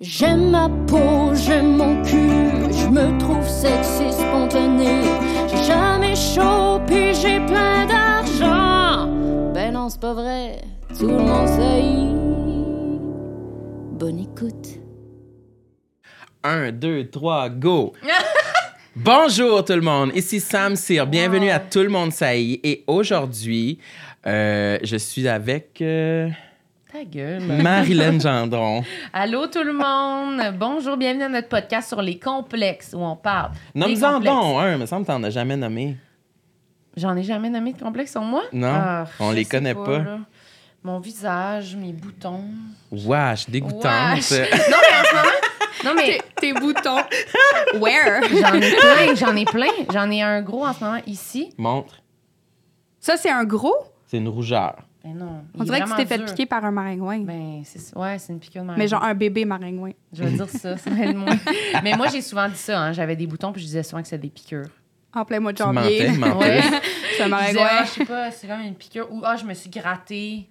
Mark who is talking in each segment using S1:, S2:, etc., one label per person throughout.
S1: J'aime ma peau, j'aime mon cul, je me trouve sexy spontané. J'ai jamais chaud, puis j'ai plein d'argent. Ben non, c'est pas vrai, tout le monde sait. Bonne écoute.
S2: 1, 2, 3, go! Bonjour tout le monde, ici Sam Cyr. Bienvenue à Tout le monde saillit. Et aujourd'hui, euh, je suis avec euh,
S3: Ta gueule.
S2: Marilyn Gendron.
S3: Allô tout le monde. Bonjour, bienvenue à notre podcast sur les complexes où on parle. des
S2: Nomme-en
S3: complexes.
S2: donc un, me semble que t'en as jamais nommé.
S3: J'en ai jamais nommé de complexes sur moi. Ah,
S2: Non, on
S3: je
S2: les
S3: sais
S2: connaît pas.
S3: là. Mon visage, mes boutons.
S2: Wesh, dégoûtante.
S3: Wesh. Non mais en ce moment. Non mais
S4: tes boutons. Where?
S3: j'en ai plein, j'en ai plein. J'en ai un gros en ce moment ici.
S2: Montre,
S4: Ça, c'est un gros?
S2: c'est une rougeur.
S3: Ben non. il
S4: On
S3: est
S4: dirait que tu
S3: vraiment
S4: t'es fait
S3: dur.
S4: piquer par un maringouin.
S3: Ben, c'est ouais, c'est une piqûre de
S4: Mais
S3: maringouin.
S4: genre un bébé maringouin.
S3: Je vais dire ça, ça m'aide moins. Mais moi, j'ai souvent dit ça. hein. J'avais des boutons, puis je disais souvent que c'était des piqûres.
S4: En plein mois de
S2: Tu mentais,
S4: janvier. là.
S2: mentais.
S3: Ouais.
S4: C'est
S3: Je disais,
S4: un
S3: ah,
S4: maringouin.
S3: je sais pas, c'est comme une piqûre. Ou, ah, je me suis grattée.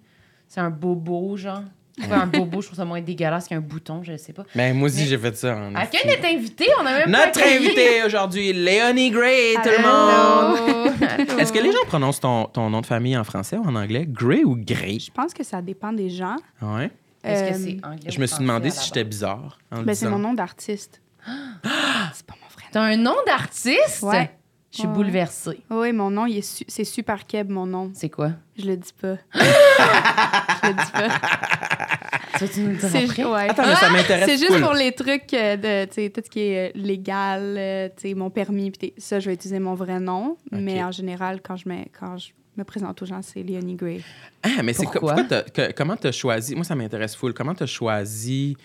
S3: C'est un bobo, genre. Je trouve un bobo, je trouve ça moins dégueulasse qu'un bouton, je sais pas.
S2: Ben, moi aussi,
S3: Mais-
S2: j'ai fait ça. en
S3: À
S2: esti.
S3: quel est invité? On a même pas
S2: Notre
S3: accueilli.
S2: invité aujourd'hui, Léonie Gray, tout le monde!
S3: Allô.
S2: Est-ce que les gens prononcent ton, ton nom de famille en français ou en anglais? Gray ou Gray?
S4: Je pense que ça dépend des gens.
S2: Ouais.
S3: Est-ce que
S4: Euh,
S3: c'est anglais
S2: Je
S3: ou
S2: me suis
S3: français à
S2: demandé
S3: la
S2: si j'étais
S3: base?
S2: bizarre. en le
S4: Ben, c'est
S2: disant.
S4: mon nom d'artiste.
S3: Ah!
S4: c'est pas mon vrai
S3: T'as un nom d'artiste?
S4: Ouais.
S3: Je suis
S4: Ouais.
S3: bouleversée.
S4: nom. Oui, mon nom, il est su- c'est super keb, mon nom.
S3: C'est quoi?
S4: Je le dis pas. je le dis pas.
S3: Ça, tu nous le diras
S4: C'est
S3: après?
S4: ouais.
S2: Attends, mais ça m'intéresse.
S4: C'est juste
S2: full.
S4: pour les trucs euh, de, tu sais, tout ce qui est euh, légal, euh, tu sais, mon permis, pis t'es- ça, je vais utiliser mon vrai nom. Mais en général, quand je me, quand je me présente aux gens, c'est Leonie Gray.
S2: Ah, mais c'est co-
S3: Pourquoi?
S2: pourquoi t'as- que- comment t'as choisi Moi, ça m'intéresse full. Comment t'as choisi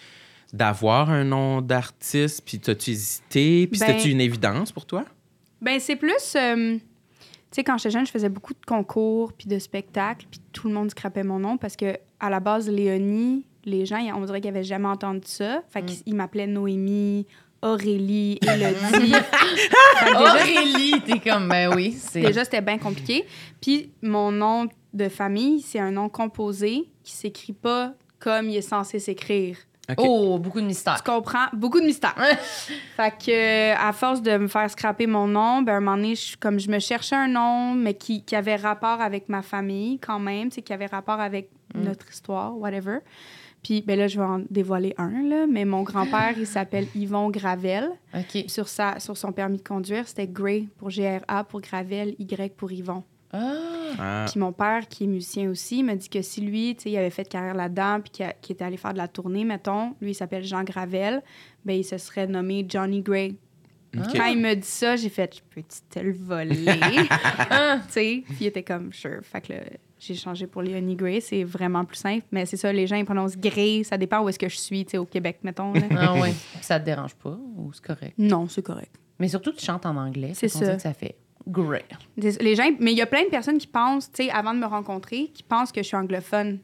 S2: d'avoir un nom d'artiste Puis t'as-tu hésité Puis
S4: Ben-
S2: c'était-tu une évidence pour toi
S4: Ben, c'est plus. euh, tu sais, quand j'étais jeune, je faisais beaucoup de concours puis de spectacles, puis tout le monde scrapait mon nom parce que, à la base, Léonie, les gens, on dirait qu'ils n'avaient jamais entendu ça. Fait qu'ils ils m'appelaient Noémie, Aurélie, Elodie.
S3: Aurélie, t'es comme, ben oui, c'est...
S4: Déjà, c'était bien compliqué. Puis mon nom de famille, c'est un nom composé qui s'écrit pas comme il est censé s'écrire.
S2: Ok.
S3: Oh, beaucoup de mystères.
S4: Tu comprends? Beaucoup de mystères. fait que, euh, à force de me faire scraper mon nom, ben, un moment donné, je- comme je me cherchais un nom, mais qui, qui avait rapport avec ma famille quand même, tu sais, qui avait rapport avec
S3: Mm.
S4: notre histoire, whatever. Puis, ben là, je vais en dévoiler un, là, mais mon grand-père, il s'appelle Yvon Gravel.
S3: OK.
S4: Puis Sur, sa, sur son permis de conduire, c'était Gray pour GRA, pour Gravel, Y pour Yvon.
S3: Ah,
S2: Ah,
S4: Puis mon père, qui est musicien aussi, il m'a dit que si lui, tu sais, il avait fait carrière là-dedans, puis qu'il a- qu'il était allé faire de la tournée, mettons, lui, il s'appelle Jean Gravel, ben il se serait nommé Johnny Gray.
S2: ok.
S3: Ah.
S4: Quand il me dit ça, j'ai fait « Je peux-tu te le voler?
S3: Ah. »
S4: Tu sais, puis il était comme « Sure ». Fait que là, j'ai changé pour Léonie Gray, c'est vraiment plus simple. Mais c'est ça, les gens, ils prononcent « Gray », ça dépend où est-ce que je suis, tu sais, au Québec, mettons. là.
S3: Ah ouais, ça te dérange pas ou c'est correct?
S4: non, c'est correct.
S3: Mais surtout, tu chantes en anglais.
S4: C'est
S3: fait qu'on
S4: ça.
S3: dit que ça fait great.
S4: Des- Les gens, mais il y a plein de personnes qui pensent, tu sais, avant de me rencontrer, qui pensent que je suis anglophone.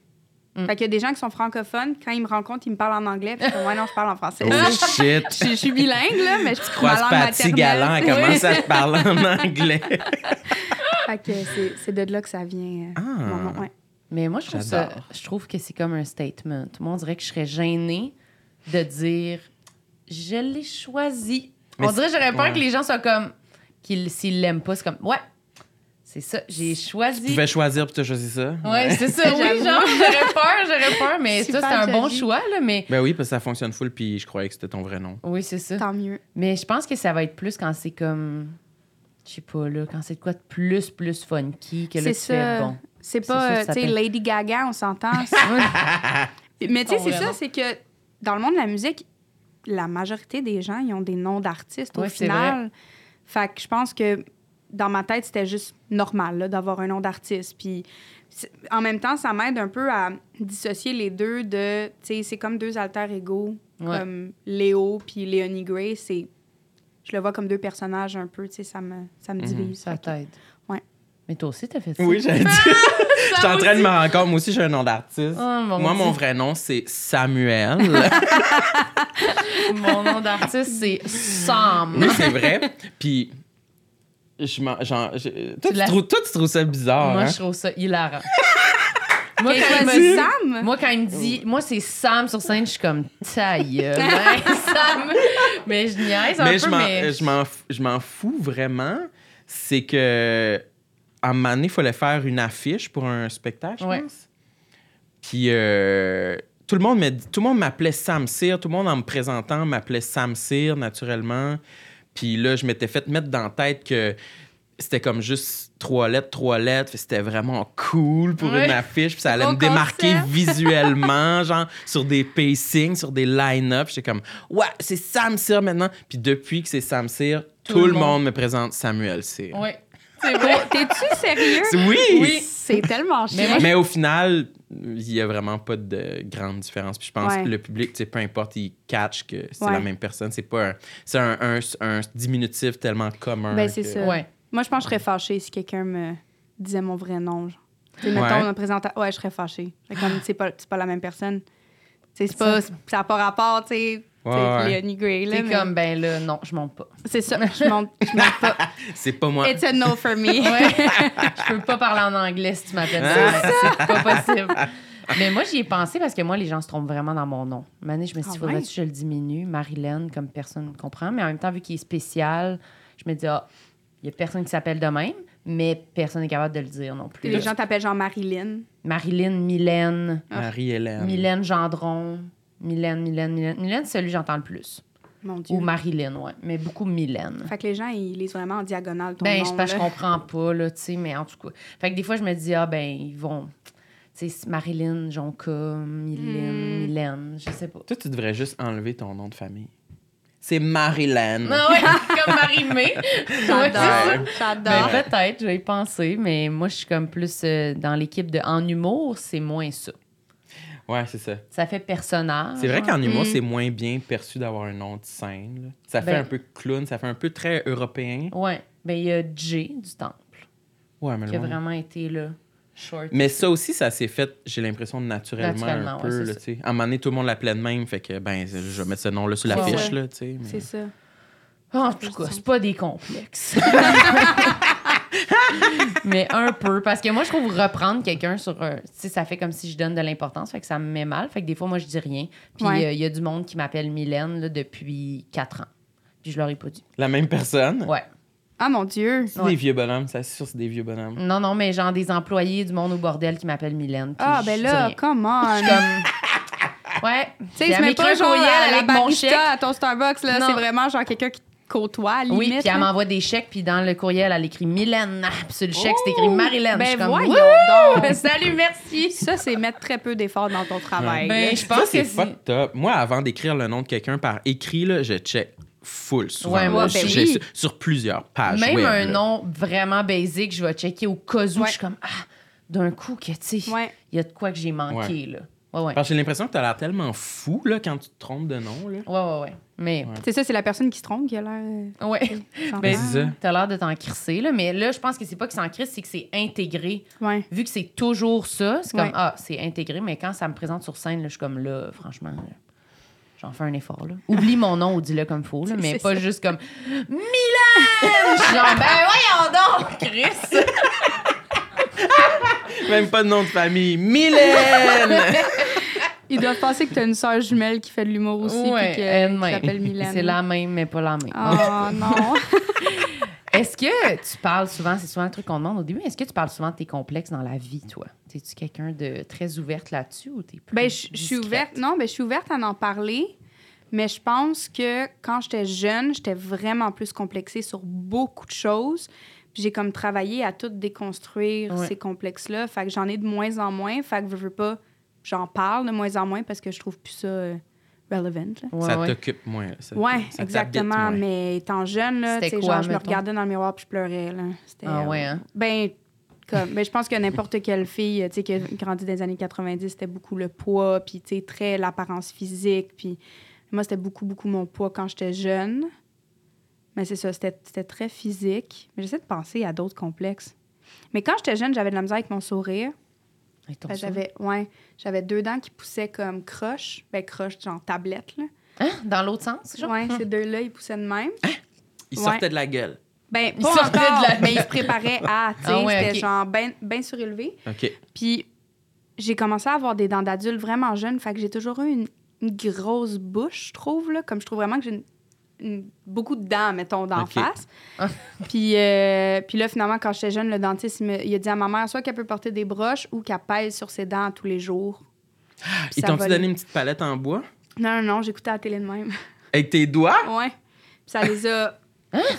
S3: Mm.
S4: Fait qu'il y a des gens qui sont francophones, quand ils me rencontrent, ils me parlent en anglais, puis ils font, ouais, non, je parle en français.
S2: Oh
S4: je,
S2: shit
S4: je- je suis bilingue, là, mais je suis ma
S2: Croise
S4: langue
S2: Patty
S4: maternelle.
S2: Galant, elle commence
S4: Oui.
S2: à te parler en anglais.
S4: Fait que c'est- c'est de là que ça vient. euh,
S2: Ah.
S4: mon nom, ouais.
S3: Mais moi, je trouve ça.
S2: J'adore.
S3: Je trouve que c'est comme un statement. Moi, on dirait que je serais gênée de dire je l'ai choisi.
S2: Mais
S3: on dirait que j'aurais peur
S2: ouais.
S3: que les gens soient comme. qu'ils S'ils l'aiment pas, c'est comme ouais, c'est ça, j'ai
S2: Tu
S3: choisi.
S2: pouvais choisir, puis t'as choisi ça.
S3: Ouais, c'est ça, oui,
S4: J'avoue.
S3: genre, j'aurais peur, j'aurais peur, mais ça,
S4: Super
S3: c'est un bon
S4: jolie.
S3: choix, là, mais.
S2: Ben oui, parce que ça fonctionne full, puis je croyais que c'était ton vrai nom.
S3: Oui, c'est ça.
S4: Tant mieux.
S3: Mais je pense que ça va être plus quand c'est comme. Je sais pas, là, quand c'est de quoi de plus, plus funky, que là,
S4: C'est
S3: tu fais
S4: ça.
S3: bon.
S4: C'est
S3: ça,
S4: pas, euh,
S3: ça
S4: tu sais,
S3: s'appelle-
S4: Lady Gaga, on s'entend. mais tu sais,
S3: Son
S4: c'est
S3: vrai nom.
S4: ça, c'est que dans le monde de la musique, la majorité des gens, ils ont des noms d'artistes
S3: Ouais,
S4: au
S3: c'est
S4: final. Fait que je pense que dans ma tête, c'était juste normal là, d'avoir un nom d'artiste. Puis c'est- en même temps, ça m'aide un peu à dissocier les deux de, tu sais, c'est comme deux alter ego,
S3: Ouais.
S4: comme Léo puis Léonie Gray, c'est je le vois comme deux personnages un peu, tu sais, ça me, ça me
S2: Mhm.
S4: divise.
S3: Ça
S4: Fait que-
S3: t'aide.
S4: Ouais.
S3: Mais toi aussi, t'as fait ça.
S2: Oui, j'allais dire. Je suis en train de me
S3: aussi.
S2: rendre compte. Moi aussi, j'ai un nom d'artiste.
S3: Oh, mon
S2: Moi, mon
S3: Dieu.
S2: vrai nom, c'est Samuel.
S3: Mon nom d'artiste, c'est Sam.
S2: Oui, c'est vrai. Puis, je m'en- j'en- je- toi, tu
S3: l'as-
S2: trouves, toi, tu trouves ça bizarre.
S3: Moi,
S2: Ah, hein?
S3: je trouve ça hilarant. Moi,
S4: Qu'elle
S3: quand il
S4: soit
S3: m'a dit-
S4: Sam.
S3: Moi, quand il me dit, moi, c'est Sam sur scène, je suis comme taille. Sam. Mais je niaise un
S2: mais je
S3: peu,
S2: m'en- euh,
S3: mais.
S2: je m'en f- je m'en fous vraiment. C'est que à un moment donné, il fallait faire une affiche pour un spectacle, je
S3: Ouais.
S2: pense. Puis euh, tout le monde me dit- tout le monde m'appelait Sam Cyr. Tout le monde en me présentant m'appelait Sam Cyr naturellement. Puis là, je m'étais fait mettre dans la tête que c'était comme juste trois lettres, trois lettres. Fait que C'était vraiment cool pour
S3: Ouais.
S2: une affiche. Puis ça allait
S4: Bon
S2: me démarquer
S4: concept.
S2: visuellement, genre sur des pacings, sur des line-up. J'étais comme, ouais, c'est Sam Cyr maintenant. Puis depuis que c'est Sam Cyr, tout, le monde. me présente Samuel Cyr.
S3: Ouais.
S4: C'est bon. T'es-tu sérieux?
S2: C'est- Oui!
S4: C'est tellement chiant.
S3: Mais moi,
S2: Mais au final, il n'y a vraiment pas de grande différence. Puis je pense
S4: Ouais.
S2: que le public, tu sais, peu importe, il catch que c'est
S4: Ouais.
S2: la même personne. C'est pas un, c'est un, un- un diminutif tellement commun.
S4: Ben, c'est
S2: que-
S4: ça.
S3: Ouais.
S4: Moi, je pense que je serais fâchée si quelqu'un me disait mon vrai nom. genre. Tu sais,
S2: Ouais.
S4: mettons, on me présente. à- Ouais, je serais fâchée. C'est
S3: Ah.
S4: comme, c'est pas, c'est pas la même personne. Tu sais, C'est pas, c'est- ça n'a pas rapport, tu sais. tu
S2: Ouais, ouais.
S4: sais, Léonie Gray, là.
S3: T'es
S4: mais-
S3: comme, ben là, non, je monte pas.
S4: C'est ça, je monte, je monte pas.
S2: C'est pas moi.
S4: It's a no for me.
S3: Ouais. je peux pas parler en anglais si tu m'appelles ça. C'est pas possible. Mais moi, j'y ai pensé parce que moi, les gens se trompent vraiment dans mon nom. Mané, je me suis dit,
S4: Ah
S3: faudrait
S4: ouais?
S3: que je le diminue. Marilyn, comme personne ne comprend. Mais en même temps, vu qu'il est spécial, je me dis, ah, il y a personne qui s'appelle de même, mais personne n'est capable de le dire non plus.
S4: Les gens t'appellent genre Marilyn.
S3: Marilyn, Mylène,
S2: Marie-Hélène.
S3: Mylène Gendron, Mylène, Mylène, Mylène. Mylène, c'est celui que j'entends le plus.
S4: Mon Dieu.
S3: Ou Marilyn, ouais. Mais beaucoup Mylène.
S4: Fait que les gens, ils lisent vraiment en diagonale ton
S3: Ben,
S4: nom.
S3: je, parce que
S4: là.
S3: je comprends pas, là, tu sais, mais en tout cas. Fait que des fois, je me dis, ah, ben, ils vont. Tu sais, Marilyn, Jonca, Mylène,
S4: Hmm.
S3: Mylène, je sais pas.
S2: Toi, tu devrais juste enlever ton nom de famille. C'est Marilyn.
S3: Non, Ah ouais, comme Marie-Mé. Ouais, c'est ça.
S4: J'adore. J'adore.
S3: Ben, peut-être, je vais y penser, mais moi, je suis comme plus euh, dans l'équipe de en humour, c'est moins ça.
S2: Ouais, c'est ça.
S3: Ça fait personnage.
S2: C'est vrai qu'en humour,
S4: Mm.
S2: c'est moins bien perçu d'avoir un nom de scène. là. Ça fait
S3: Ben-
S2: un peu clown, ça fait un peu très européen.
S3: Ouais. Ben, il y a Jay du Temple
S2: Ouais, mais
S3: qui a
S2: loin.
S3: vraiment été là, short.
S2: Mais ça aussi, ça s'est fait, j'ai l'impression, naturellement,
S3: Naturellement,
S2: un
S3: ouais,
S2: peu.
S3: c'est
S2: là,
S3: ça.
S2: tu sais. à un moment donné, tout le monde l'appelait de même. Fait que, ben, je vais mettre ce nom-là sur
S4: C'est
S2: l'affiche.
S4: ça.
S2: là, tu sais, mais-
S4: C'est ça.
S3: Ah, En tout cas, c'est pas des complexes. Mais un peu. Parce que moi, je trouve reprendre quelqu'un sur un. Tu sais, ça fait comme si je donne de l'importance. Fait que ça me met mal. Fait que des fois, moi, je dis rien. Puis euh, il
S4: Ouais.
S3: y a du monde qui m'appelle Mylène là, depuis 4 ans. Puis je leur ai pas dit.
S2: La même personne.
S3: Ouais.
S4: Ah, mon Dieu.
S2: C'est
S3: Ouais. Mm.
S2: des vieux bonhommes, ça, c'est sûr, c'est des vieux bonhommes.
S3: Non, non, mais genre des employés du monde au bordel qui m'appellent Mylène. puis
S4: Ah,
S3: je
S4: ben
S3: dis
S4: là,
S3: rien.
S4: come on.
S3: Je suis comme. Ouais.
S4: Tu sais,
S3: J'ai
S4: c'est même
S3: écrit
S4: pas
S3: un
S4: genre
S3: courriel
S4: la, la
S3: avec mon chèque.
S4: barista à ton Starbucks, là.
S3: Non.
S4: C'est vraiment genre quelqu'un qui te côtoie, à la
S3: Oui,
S4: limite.
S3: puis elle
S4: là.
S3: m'envoie des chèques, puis dans le courriel, elle écrit Mylène. Puis sur le chèque, c'est écrit Marilyn. Je suis
S4: Ben
S3: comme,
S4: voyons
S3: Wouh!
S4: donc.
S3: Salut, merci.
S4: Ça, c'est mettre très peu d'efforts dans ton travail.
S3: Ben,
S4: là.
S3: je
S2: Ça,
S3: pense
S2: c'est
S3: que c'est.
S2: fucked up. Moi, avant d'écrire le nom de quelqu'un par écrit, là, je check full souvent.
S3: Ouais,
S2: là.
S3: moi,
S2: Je-
S4: ben
S2: j'ai-
S4: oui.
S2: sur, sur plusieurs pages.
S3: Même
S2: web,
S3: un
S2: là.
S3: nom vraiment basique, je vais checker au cas où
S4: Ouais.
S3: je suis comme Ah, d'un coup que tu sais, il
S4: Ouais.
S3: y a de quoi que j'ai manqué là. Ouais, ouais.
S2: Parce que j'ai l'impression que t'as l'air tellement fou là, quand tu te trompes de nom. Là.
S3: Ouais, ouais, ouais. Mais
S2: Ouais.
S4: C'est ça, c'est la personne qui se trompe qui a l'air. euh,
S3: ouais.
S4: genre,
S3: Ben,
S2: c'est ça.
S3: T'as l'air de t'en crisser, là. Mais là, je pense que c'est pas que c'est en crise, c'est que c'est intégré.
S4: ah, Ouais.
S3: Vu que c'est toujours ça, c'est comme
S4: Ouais.
S3: Ah, c'est intégré, mais quand ça me présente sur scène, là, je suis comme là, franchement. là, J'en fais un effort, là. Oublie mon nom ou dis-le comme faut, là, mais
S4: C'est
S3: pas
S4: ça.
S3: juste comme Milan! Je suis genre, ben voyons donc, Chris!
S2: Même pas de nom de famille. Mylène!
S4: Ils doivent penser que t'as une sœur jumelle qui fait de l'humour aussi.
S3: Ouais,
S4: puis que-
S3: elle
S4: qui
S3: même.
S4: s'appelle Mylène.
S3: C'est la même, mais pas la même.
S4: Oh non.
S3: Est-ce que tu parles souvent, c'est souvent un truc qu'on demande au début, est-ce que tu parles souvent de tes complexes dans la vie, toi? Es-tu quelqu'un de très ouverte là-dessus ou t'es plus
S4: Ben, je je suis
S3: discrète?
S4: ouverte. Non, ben, je suis ouverte à en parler. Mais je pense que quand j'étais jeune, j'étais vraiment plus complexée sur beaucoup de choses. Puis j'ai comme travaillé à tout déconstruire
S3: Ouais.
S4: ces complexes-là. Fait que j'en ai de moins en moins. Fait que je veux pas, j'en parle de moins en moins parce que je trouve plus ça euh, relevant. là.
S3: Ouais,
S2: ça
S3: ouais.
S2: t'occupe moins. là. Ça-
S4: Ouais,
S2: ça t'habite
S4: exactement.
S2: moins.
S4: Mais étant jeune, là, tu
S3: C'était
S4: sais,
S3: quoi,
S4: genre, je me
S3: mettons?
S4: regardais dans le miroir puis je pleurais. Là. C'était,
S3: Ah
S4: euh,
S3: ouais, hein?
S4: Ben, comme, ben, je pense que n'importe quelle fille, tu sais, qui a grandi dans les années 90, c'était beaucoup le poids, puis, tu sais, très l'apparence physique. Puis moi, c'était beaucoup, beaucoup mon poids quand j'étais jeune. Mais c'est ça, c'était c'était très physique. Mais j'essaie de penser à d'autres complexes. Mais quand j'étais jeune, j'avais de la misère avec mon sourire.
S3: Hey, ton
S4: Fait que
S3: sourire.
S4: Ben, J'avais ouais, j'avais deux dents qui poussaient comme croche, ben croche, genre tablette, là.
S3: Hein? Dans l'autre sens, genre?
S4: Ouais, ces deux-là, ils poussaient de même.
S2: Il
S4: Ouais.
S2: sortait de la gueule.
S4: Ben,
S3: Il
S4: pas
S3: sortait
S4: encore,
S3: de la-
S4: mais il se préparait à, tu sais,
S3: Ah ouais,
S4: c'était
S3: ok.
S4: genre bien ben surélevé.
S2: OK.
S4: Puis j'ai commencé à avoir des dents d'adulte vraiment jeune, fait que j'ai toujours eu une, une grosse bouche, je trouve, là, comme je trouve vraiment que j'ai une- une- beaucoup de dents, mettons, d'en
S2: Ok. Ah.
S4: face. puis, euh, puis là, finalement, quand j'étais jeune, le dentiste, il, me- il a dit à ma mère soit qu'elle peut porter des broches ou qu'elle pèse sur ses dents tous les jours. Puis
S2: Ah, Ils
S4: ça
S2: t'ont-tu
S4: va-
S2: donné une petite palette en bois?
S4: Non, non, non, j'écoutais la télé de même.
S2: Avec tes doigts?
S4: ouais. Puis ça les a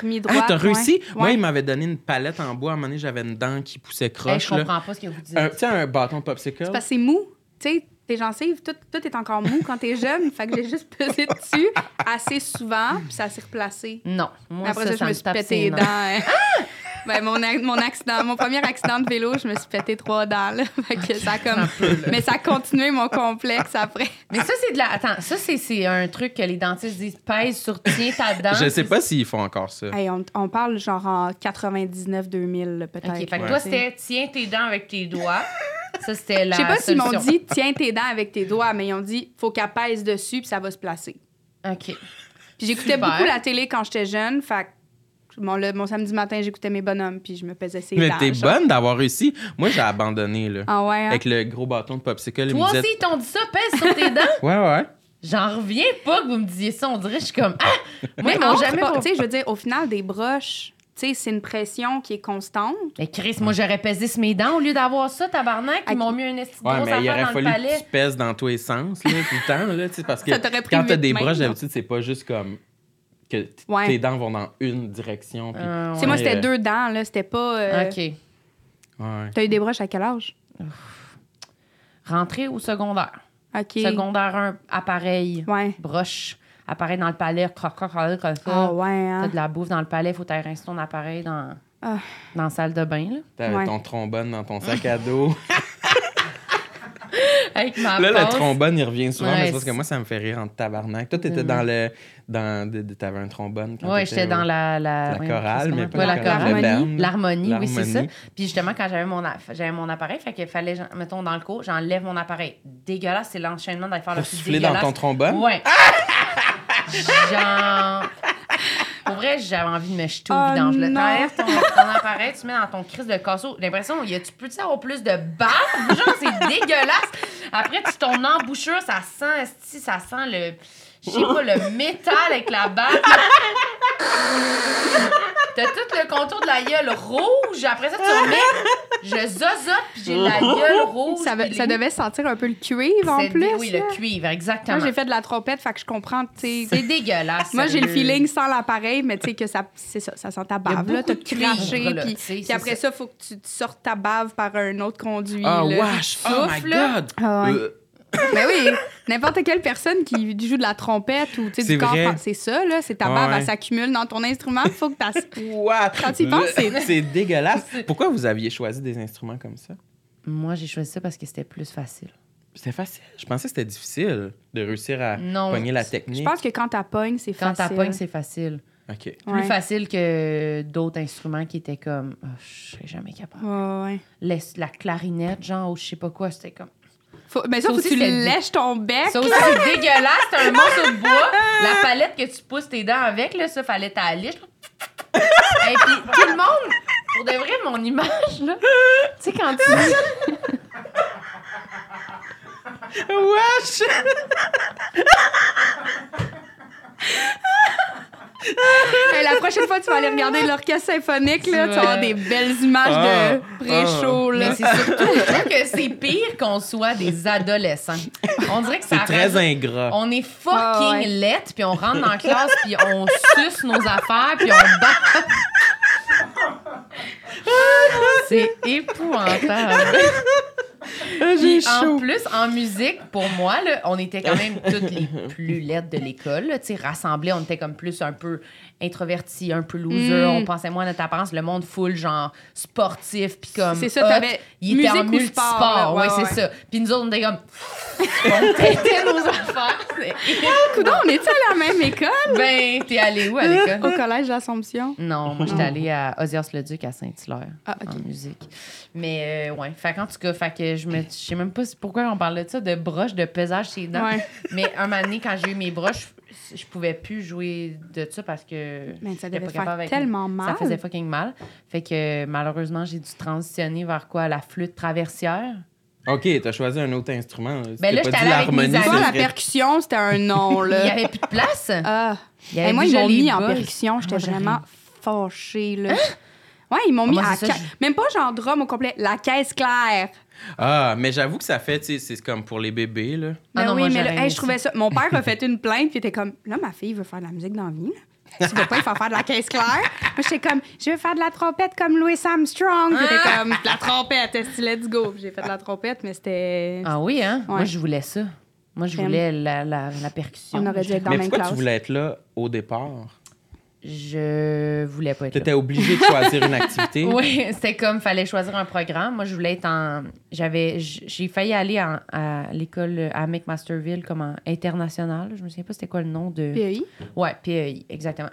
S4: remis droit.
S2: Hey, Hein? Ah, t'as réussi? Moi,
S4: Ouais.
S2: il m'avait donné une palette en bois. À un moment donné, j'avais une dent qui poussait
S3: Hey,
S2: croche.
S3: Eh, je
S2: là. Euh,
S3: comprends pas ce que vous dites.
S2: Un- Tu sais, un bâton popsicle?
S4: C'est parce que c'est mou. Tu sais, tes gencives, tout, tout est encore mou quand t'es jeune. fait que j'ai juste pesé dessus assez souvent, puis ça s'est replacé.
S3: Non. Moi,
S4: Après ça,
S3: ça
S4: je me suis pété les dents. hein. Ben, mon, ac- mon accident, mon premier accident de vélo, je me suis pété trois dents. là. Fait que ça a comme... Mais ça a continué mon complexe après.
S3: Mais ça, c'est de la. Attends, ça, c'est- c'est un truc que les dentistes disent pèse sur tiens ta dent.
S2: Je sais pas s'ils font encore ça.
S4: Hey, on, on parle genre en 99-2000, là, peut-être.
S3: OK, fait que
S2: Ouais.
S3: toi, c'était tiens tes dents avec tes doigts. Ça, c'était la.
S4: Je sais pas s'ils m'ont
S3: solution.
S4: dit tiens tes dents avec tes doigts, mais ils ont dit faut qu'elle pèse dessus puis ça va se placer.
S3: OK.
S4: Puis j'écoutais
S3: Super.
S4: beaucoup la télé quand j'étais jeune, fait que mon, le- mon samedi matin j'écoutais mes bonhommes puis je me pesais ses
S2: Mais
S4: dents.
S2: t'es
S4: genre.
S2: bonne d'avoir réussi. Moi, j'ai abandonné, là.
S4: Ah ouais. hein?
S2: Avec le gros bâton de popsicle, ils me
S3: Toi
S2: disaient...
S3: aussi, ils t'ont dit ça, pèse sur tes dents.
S2: Ouais, ouais.
S3: J'en reviens pas que vous me disiez ça. On dirait que je suis comme. Ah! Moi,
S4: Mais
S3: ils m'ont
S4: entre
S3: jamais.
S4: pas-
S3: pas-
S4: tu sais, je veux dire au final des broches, tu sais, c'est une pression qui est constante.
S3: Mais Chris, moi, j'aurais pesé sur mes dents au lieu d'avoir ça, tabarnak. Ils
S4: Ok.
S3: m'ont mis un esti de
S2: Ouais,
S3: grosse
S2: mais il
S3: affaire
S2: aurait
S3: dans
S2: fallu
S3: le
S2: que
S3: palais.
S2: tu pèses dans tous les sens, là, tout le temps, là, tu sais, parce que
S4: Ça t'aurait pris
S2: quand t'as
S4: huit
S2: des
S4: mains,
S2: broches,
S4: non?
S2: d'habitude, c'est pas juste comme que t-
S4: Ouais.
S2: tes dents vont dans une direction. puis-
S3: Euh,
S4: Tu
S3: ouais.
S4: sais, moi c'était
S2: euh,
S4: deux dents là, c'était pas euh,
S3: OK.
S2: Ouais.
S4: T'as eu des broches à quel âge
S3: Rentrer au secondaire.
S4: OK.
S3: Secondaire 1, appareil,
S4: Ouais.
S3: broche, appareil dans le palais, croc, croc, croc, croc, croc.
S4: Ah ouais. hein.
S3: T'as de la bouffe dans le palais, faut t'aller rincer ton appareil dans,
S4: Ah.
S3: dans la salle de bain, là.
S2: T'avais
S4: Ouais.
S2: ton trombone dans ton sac à dos.
S3: Avec ma
S2: là, le
S3: passe.
S2: trombone, il revient souvent,
S3: Ouais,
S2: mais c'est parce que
S3: c'est- Mm.
S2: moi, ça me fait rire en tabarnak. Toi, t'étais dans le... Dans... de- de- T'avais un trombone quand Ah,
S3: Ouais,
S2: t'étais
S3: j'étais
S2: au-
S3: dans la... La,
S2: la
S3: voyons,
S2: chorale,
S3: Chris,
S2: mais
S3: comment-
S2: pas
S3: ouais,
S2: la
S3: la
S2: chorale.
S3: chorale.
S2: le band.
S3: L'harmonie, oui, c'est ça.
S2: L'harmonie.
S3: Puis justement, quand j'avais mon, aff- j'avais mon appareil, fait qu'il fallait, j'en- mettons, dans le cours, j'enlève mon appareil. Dégueulasse, c'est l'enchaînement d'aller faire le
S2: Pour
S3: plus
S2: souffler dans
S3: dégueulasse.
S2: ton trombone?
S3: Ouais. Genre. Pour vrai, j'avais envie de me jeter au
S4: Oh
S3: vidange. là.
S4: non.
S3: T'enlèves ton, ton appareil, tu mets dans ton crise de casseau. L'impression, y a, tu peux-tu avoir plus de barbe? Genre, c'est dégueulasse. Après, tu tombes en bouchure, ça sent, esti, ça sent le. Je sais pas, le métal avec la barbe. T'as tout le contour de la gueule rouge. Après ça, tu remets. Je zozote, puis j'ai la gueule rouge.
S4: Ça, ve-
S3: puis
S4: ça
S3: les-
S4: devait sentir un peu le cuivre en
S3: c'est-
S4: plus.
S3: Oui,
S4: là.
S3: le cuivre, exactement.
S4: Moi, j'ai fait de la trompette, fait que je comprends, tu sais.
S3: C'est dégueulasse.
S4: Moi, j'ai le
S3: sérieux.
S4: feeling sans l'appareil, mais tu sais que ça, c'est ça, ça sent ta
S3: Il y a
S4: bave. Là,
S3: beaucoup
S4: t'as
S3: de cuivre,
S4: craché,
S3: là,
S4: puis,
S3: tu sais,
S4: puis
S3: c'est
S4: après ça, faut que tu te sortes ta bave par un autre conduit.
S2: Ah,
S4: là.
S2: wesh! Oh my
S3: souffle.
S2: God!
S4: Ah ouais.
S2: Euh,
S4: Mais oui, n'importe quelle personne qui joue de la trompette ou tu sais,
S2: C'est
S4: du corps,
S2: vrai.
S4: c'est ça, là, c'est ta
S2: Ouais,
S4: bave,
S2: ouais.
S4: elle s'accumule dans ton instrument, faut que t'as.
S2: What?
S4: Quand tu y penses,
S2: Le-
S4: c'est-
S2: c'est dégueulasse. Pourquoi vous aviez choisi des instruments comme ça?
S3: Moi, j'ai choisi ça parce que c'était plus facile.
S2: C'était facile. Je pensais que c'était difficile de réussir à
S3: Non,
S2: pogner la
S3: je
S4: Je
S2: technique.
S4: pense que quand t'as pogne, c'est
S3: Quand
S4: facile.
S3: t'as pogne, c'est facile.
S2: OK.
S3: Plus
S4: Ouais.
S3: facile que d'autres instruments qui étaient comme Ah, je serais jamais capable.
S4: Ouais, Ah, ouais.
S3: La, la clarinette, genre, ou je sais pas quoi, c'était comme.
S4: Faut, mais ça,
S3: Ça
S4: faut que
S3: aussi,
S4: tu
S3: c'est-
S4: lèches ton bec.
S3: Ça aussi, c'est dégueulasse, c'est un morceau de bois. La palette que tu pousses tes dents avec, là, ça, fallait ta liche. Et puis, tout le monde, pour de vrai, mon image, là, tu sais, quand tu
S2: Ah, Wesh!
S4: Hey, Ben, la prochaine fois, tu vas aller regarder l'orchestre symphonique, là,
S3: C'est
S4: tu vas avoir
S3: vrai.
S4: des belles images
S2: Ah,
S4: de pré-show. là.
S3: Mais c'est surtout je trouve que c'est pire qu'on soit des adolescents. On dirait que ça
S2: C'est très
S3: rajoute-
S2: ingrat.
S3: On est fucking
S4: Ah ouais.
S3: lettres, puis on rentre dans la classe, puis on suce nos affaires, puis on bat. C'est épouvantable.
S4: Ah,
S2: J'ai
S3: Puis En plus, en musique, pour moi, là, on était quand même toutes les plus lettres de l'école. là. Tu sais, rassemblés, on était comme plus un peu introvertis, un peu loser.
S4: Mm.
S3: On pensait moins à notre apparence. Le monde full, genre sportif, puis comme.
S4: C'est ça,
S3: hot.
S4: t'avais
S3: Il était en
S4: musique ou
S3: multisport.
S4: sport, là. Ouais,
S3: Ouais,
S4: ouais,
S3: c'est ça. Puis nous autres, on était comme. on traitait nos affaires. C'est-
S4: Coudon, on est-tu à la même école?
S3: Ben, t'es allé où à l'école?
S4: Au collège d'Assomption.
S3: Non, moi, j'étais allée à Osias-le-Duc à Saint-Hilaire
S4: Ah, ok.
S3: en musique. Mais euh, ouais, fait qu'en tout cas, fait que je me je sais même pas si- pourquoi on parlait de ça, de broche, de pesage chez les dents.
S4: Ouais.
S3: Mais un moment donné, quand j'ai eu mes broches, je pouvais plus jouer de ça parce que
S4: Mais ça
S3: j'étais
S4: devait
S3: pas
S4: faire
S3: capable avec-
S4: tellement mal.
S3: ça faisait fucking mal. Fait que malheureusement, j'ai dû transitionner vers quoi? La flûte traversière.
S2: OK, t'as choisi un autre instrument. là. Tu
S3: Ben
S2: t'es
S3: là,
S2: pas
S3: j'étais
S2: dit
S3: allée avec
S2: l'harmonie,
S3: mes amis.
S2: ce
S4: Toi, la
S2: serait-
S4: percussion, c'était un nom,
S3: Il n'y
S4: là.
S3: avait plus de place.
S4: Ah.
S3: Il y
S4: Et
S3: avait
S4: moi,
S3: déjà
S4: ils m'ont
S3: les
S4: mis en
S3: bosses. Ah,
S4: percussion. J'étais
S3: Moi, j'aurais
S4: vraiment fâchée, là. Ouais, ils m'ont
S3: Ah,
S4: mis
S3: moi,
S4: à...
S3: c'est ça,
S4: ca- Même pas genre drum au complet. La caisse claire.
S2: Ah, mais j'avoue que ça fait, tu sais, c'est comme pour les bébés, là.
S3: Ah
S4: Ben
S3: non,
S4: oui,
S3: moi,
S4: mais là,
S3: j'aurais
S4: hey,
S3: aimé
S4: je trouvais ça... Mon père a fait une plainte, puis il était comme... Là, ma fille veut faire de la musique dans la vie, là. Tu veux pas, il faut faire de la caisse claire. Moi, j'étais comme... Je veux faire de la trompette comme Louis Armstrong. Puis il
S3: Ah!
S4: était comme... La trompette, est let's go? Puis j'ai fait de la trompette, mais c'était...
S3: Ah oui, hein? Moi,
S4: Ouais.
S3: je voulais ça. Moi, je
S4: Crème.
S3: voulais la, la, la percussion.
S4: On aurait dû être dans
S2: mais
S4: la même
S2: pourquoi
S4: classe.
S2: tu voulais être là au départ?
S3: Je voulais pas être là.
S2: T'étais obligé de choisir une activité.
S3: Oui, c'était comme, fallait choisir un programme. Moi, je voulais être en... J'avais... j- J'ai failli aller en- à l'école à McMasterville comme en international. Je me souviens pas c'était quoi le nom de...
S4: PEI?
S3: Ouais, PEI, exactement.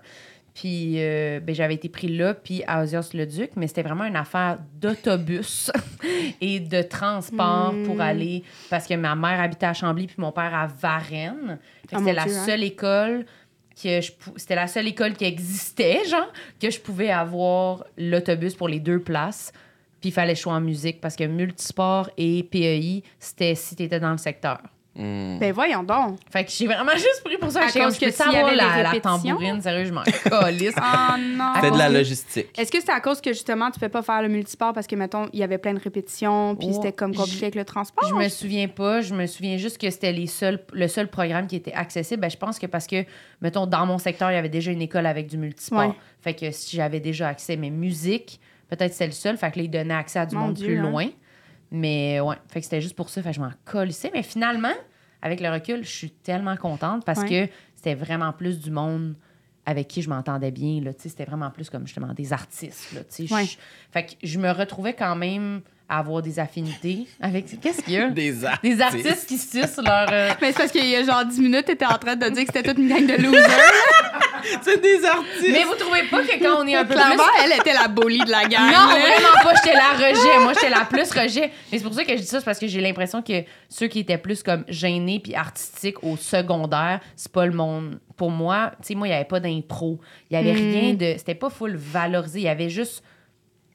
S3: Puis euh, ben, j'avais été pris là, puis à Osios-le-Duc, mais c'était vraiment une affaire d'autobus et de transport
S4: Hmm.
S3: pour aller. Parce que ma mère habitait à Chambly, puis mon père à Varennes. Fait que c'était
S4: Ah, mon
S3: la
S4: Dieu, hein.
S3: seule école que je pou- c'était la seule école qui existait genre que je pouvais avoir l'autobus pour les deux places puis il fallait choisir en musique parce que multisport et PEI c'était si t'étais dans le secteur
S2: Hmm.
S4: Ben voyons donc.
S3: fait que j'ai vraiment juste pris pour ça.
S4: À
S3: J'étais comme,
S4: cause
S3: je peux
S4: que s'il y
S3: savoir
S4: avait des
S3: la, la
S4: répétitions?
S3: tambourine, sérieux, je m'en calisse.
S4: Oh non!
S2: C'était de la
S3: cause-
S2: logistique.
S4: Est-ce que c'est à cause que justement tu peux pas faire le multisport parce que mettons il y avait plein de répétitions puis
S3: Oh,
S4: c'était comme compliqué
S3: je-
S4: avec le transport
S3: Je me souviens pas, je me souviens juste que c'était les seuls, le seul programme qui était accessible. Ben, je pense que parce que, mettons, dans mon secteur, il y avait déjà une école avec du multisport.
S4: Ouais.
S3: Fait que si j'avais déjà accès, mais musique, peut-être c'est le seul. Fait que là, ils donnaient accès à du
S4: Mon
S3: monde
S4: Dieu,
S3: plus
S4: hein.
S3: loin. Mais ouais, fait que c'était juste pour ça. Fait que je m'en colissais. Mais finalement, avec le recul, je suis tellement contente parce
S4: Ouais.
S3: que c'était vraiment plus du monde avec qui je m'entendais bien. Là, Tu sais, c'était vraiment plus comme justement des artistes. Là, tu sais.
S4: Ouais.
S3: je, fait que je me retrouvais quand même à avoir des affinités avec. Qu'est-ce qu'il y a?
S2: Des artistes.
S3: Des artistes qui sucent leur. euh,
S4: Mais c'est parce qu'il y a genre 10 minutes t'étais en train de dire que c'était toute une gang de losers.
S2: C'est des artistes.
S3: Mais vous trouvez pas que quand on est un peu plus.
S4: Clairement elle était la bully de la gang.
S3: Non,
S4: là.
S3: vraiment pas, j'étais la rejet. Moi, j'étais la plus rejet. Mais c'est pour ça que je dis ça, c'est parce que j'ai l'impression que ceux qui étaient plus comme gênés puis artistiques au secondaire, c'est pas le monde. Pour moi, tu sais, moi, il y avait pas d'impro. Il y avait
S4: Hmm.
S3: rien de. C'était pas full valorisé. Il y avait juste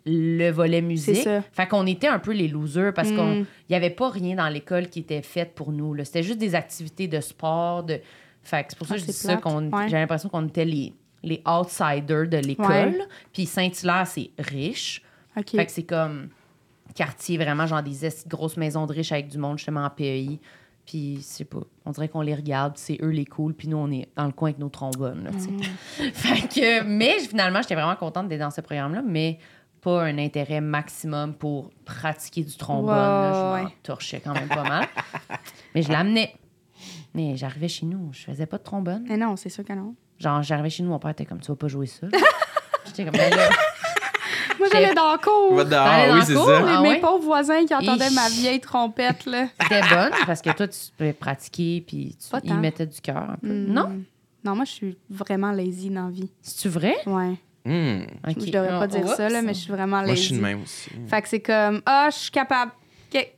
S3: le volet musique.
S4: C'est ça.
S3: Fait qu'on était un peu les losers parce
S4: Hmm.
S3: qu'on. Il y avait pas rien dans l'école qui était fait pour nous. là. C'était juste des activités de sport, de. Fait que c'est pour ça
S4: Ah,
S3: que je dis
S4: c'est
S3: ça,
S4: plate.
S3: qu'on,
S4: Ouais.
S3: j'ai l'impression qu'on était les, les outsiders de l'école.
S4: Ouais.
S3: Puis Saint-Hilaire, c'est riche.
S4: OK.
S3: Fait que c'est comme quartier, vraiment, genre des esti de grosses maisons de riches avec du monde, justement, en PEI. Puis, c'est pas, on dirait qu'on les regarde, puis c'est eux les cools, puis nous, on est dans le coin avec nos trombones. là, tu sais.
S4: Mm.
S3: Fait que, mais finalement, j'étais vraiment contente d'être dans ce programme-là, mais pas un intérêt maximum pour pratiquer du trombone. là. je m'en
S4: Ouais.
S3: torchais quand même pas mal. mais je l'amenais. Mais j'arrivais chez nous, je faisais pas de trombone.
S4: Mais non, c'est sûr que non.
S3: Genre, j'arrivais chez nous, mon père était comme, tu vas pas jouer ça. J'étais comme, ben là,
S4: Moi j'allais dans le cours.
S2: Va
S4: Et
S2: dehors,
S3: T'allais dans
S2: oui,
S3: le
S2: c'est
S3: cours?
S2: ça.
S3: Ah
S4: mes
S3: ouais?
S4: pauvres voisins qui entendaient
S3: Ich.
S4: ma vieille trompette là.
S3: C'était bonne parce que toi, tu pouvais pratiquer puis tu
S4: Pas
S3: y
S4: tant.
S3: mettais du cœur un peu.
S4: Hmm.
S3: Non?
S4: Non, moi je suis vraiment lazy dans la vie.
S3: C'est-tu vrai?
S4: Ouais.
S2: Hmm.
S3: Ok.
S4: Je devrais
S3: Oh,
S4: pas dire ça
S3: oups.
S4: là, mais je suis vraiment lazy.
S2: Moi, je suis de même aussi.
S4: Mm. Fait que c'est comme, ah, je suis capable. OK.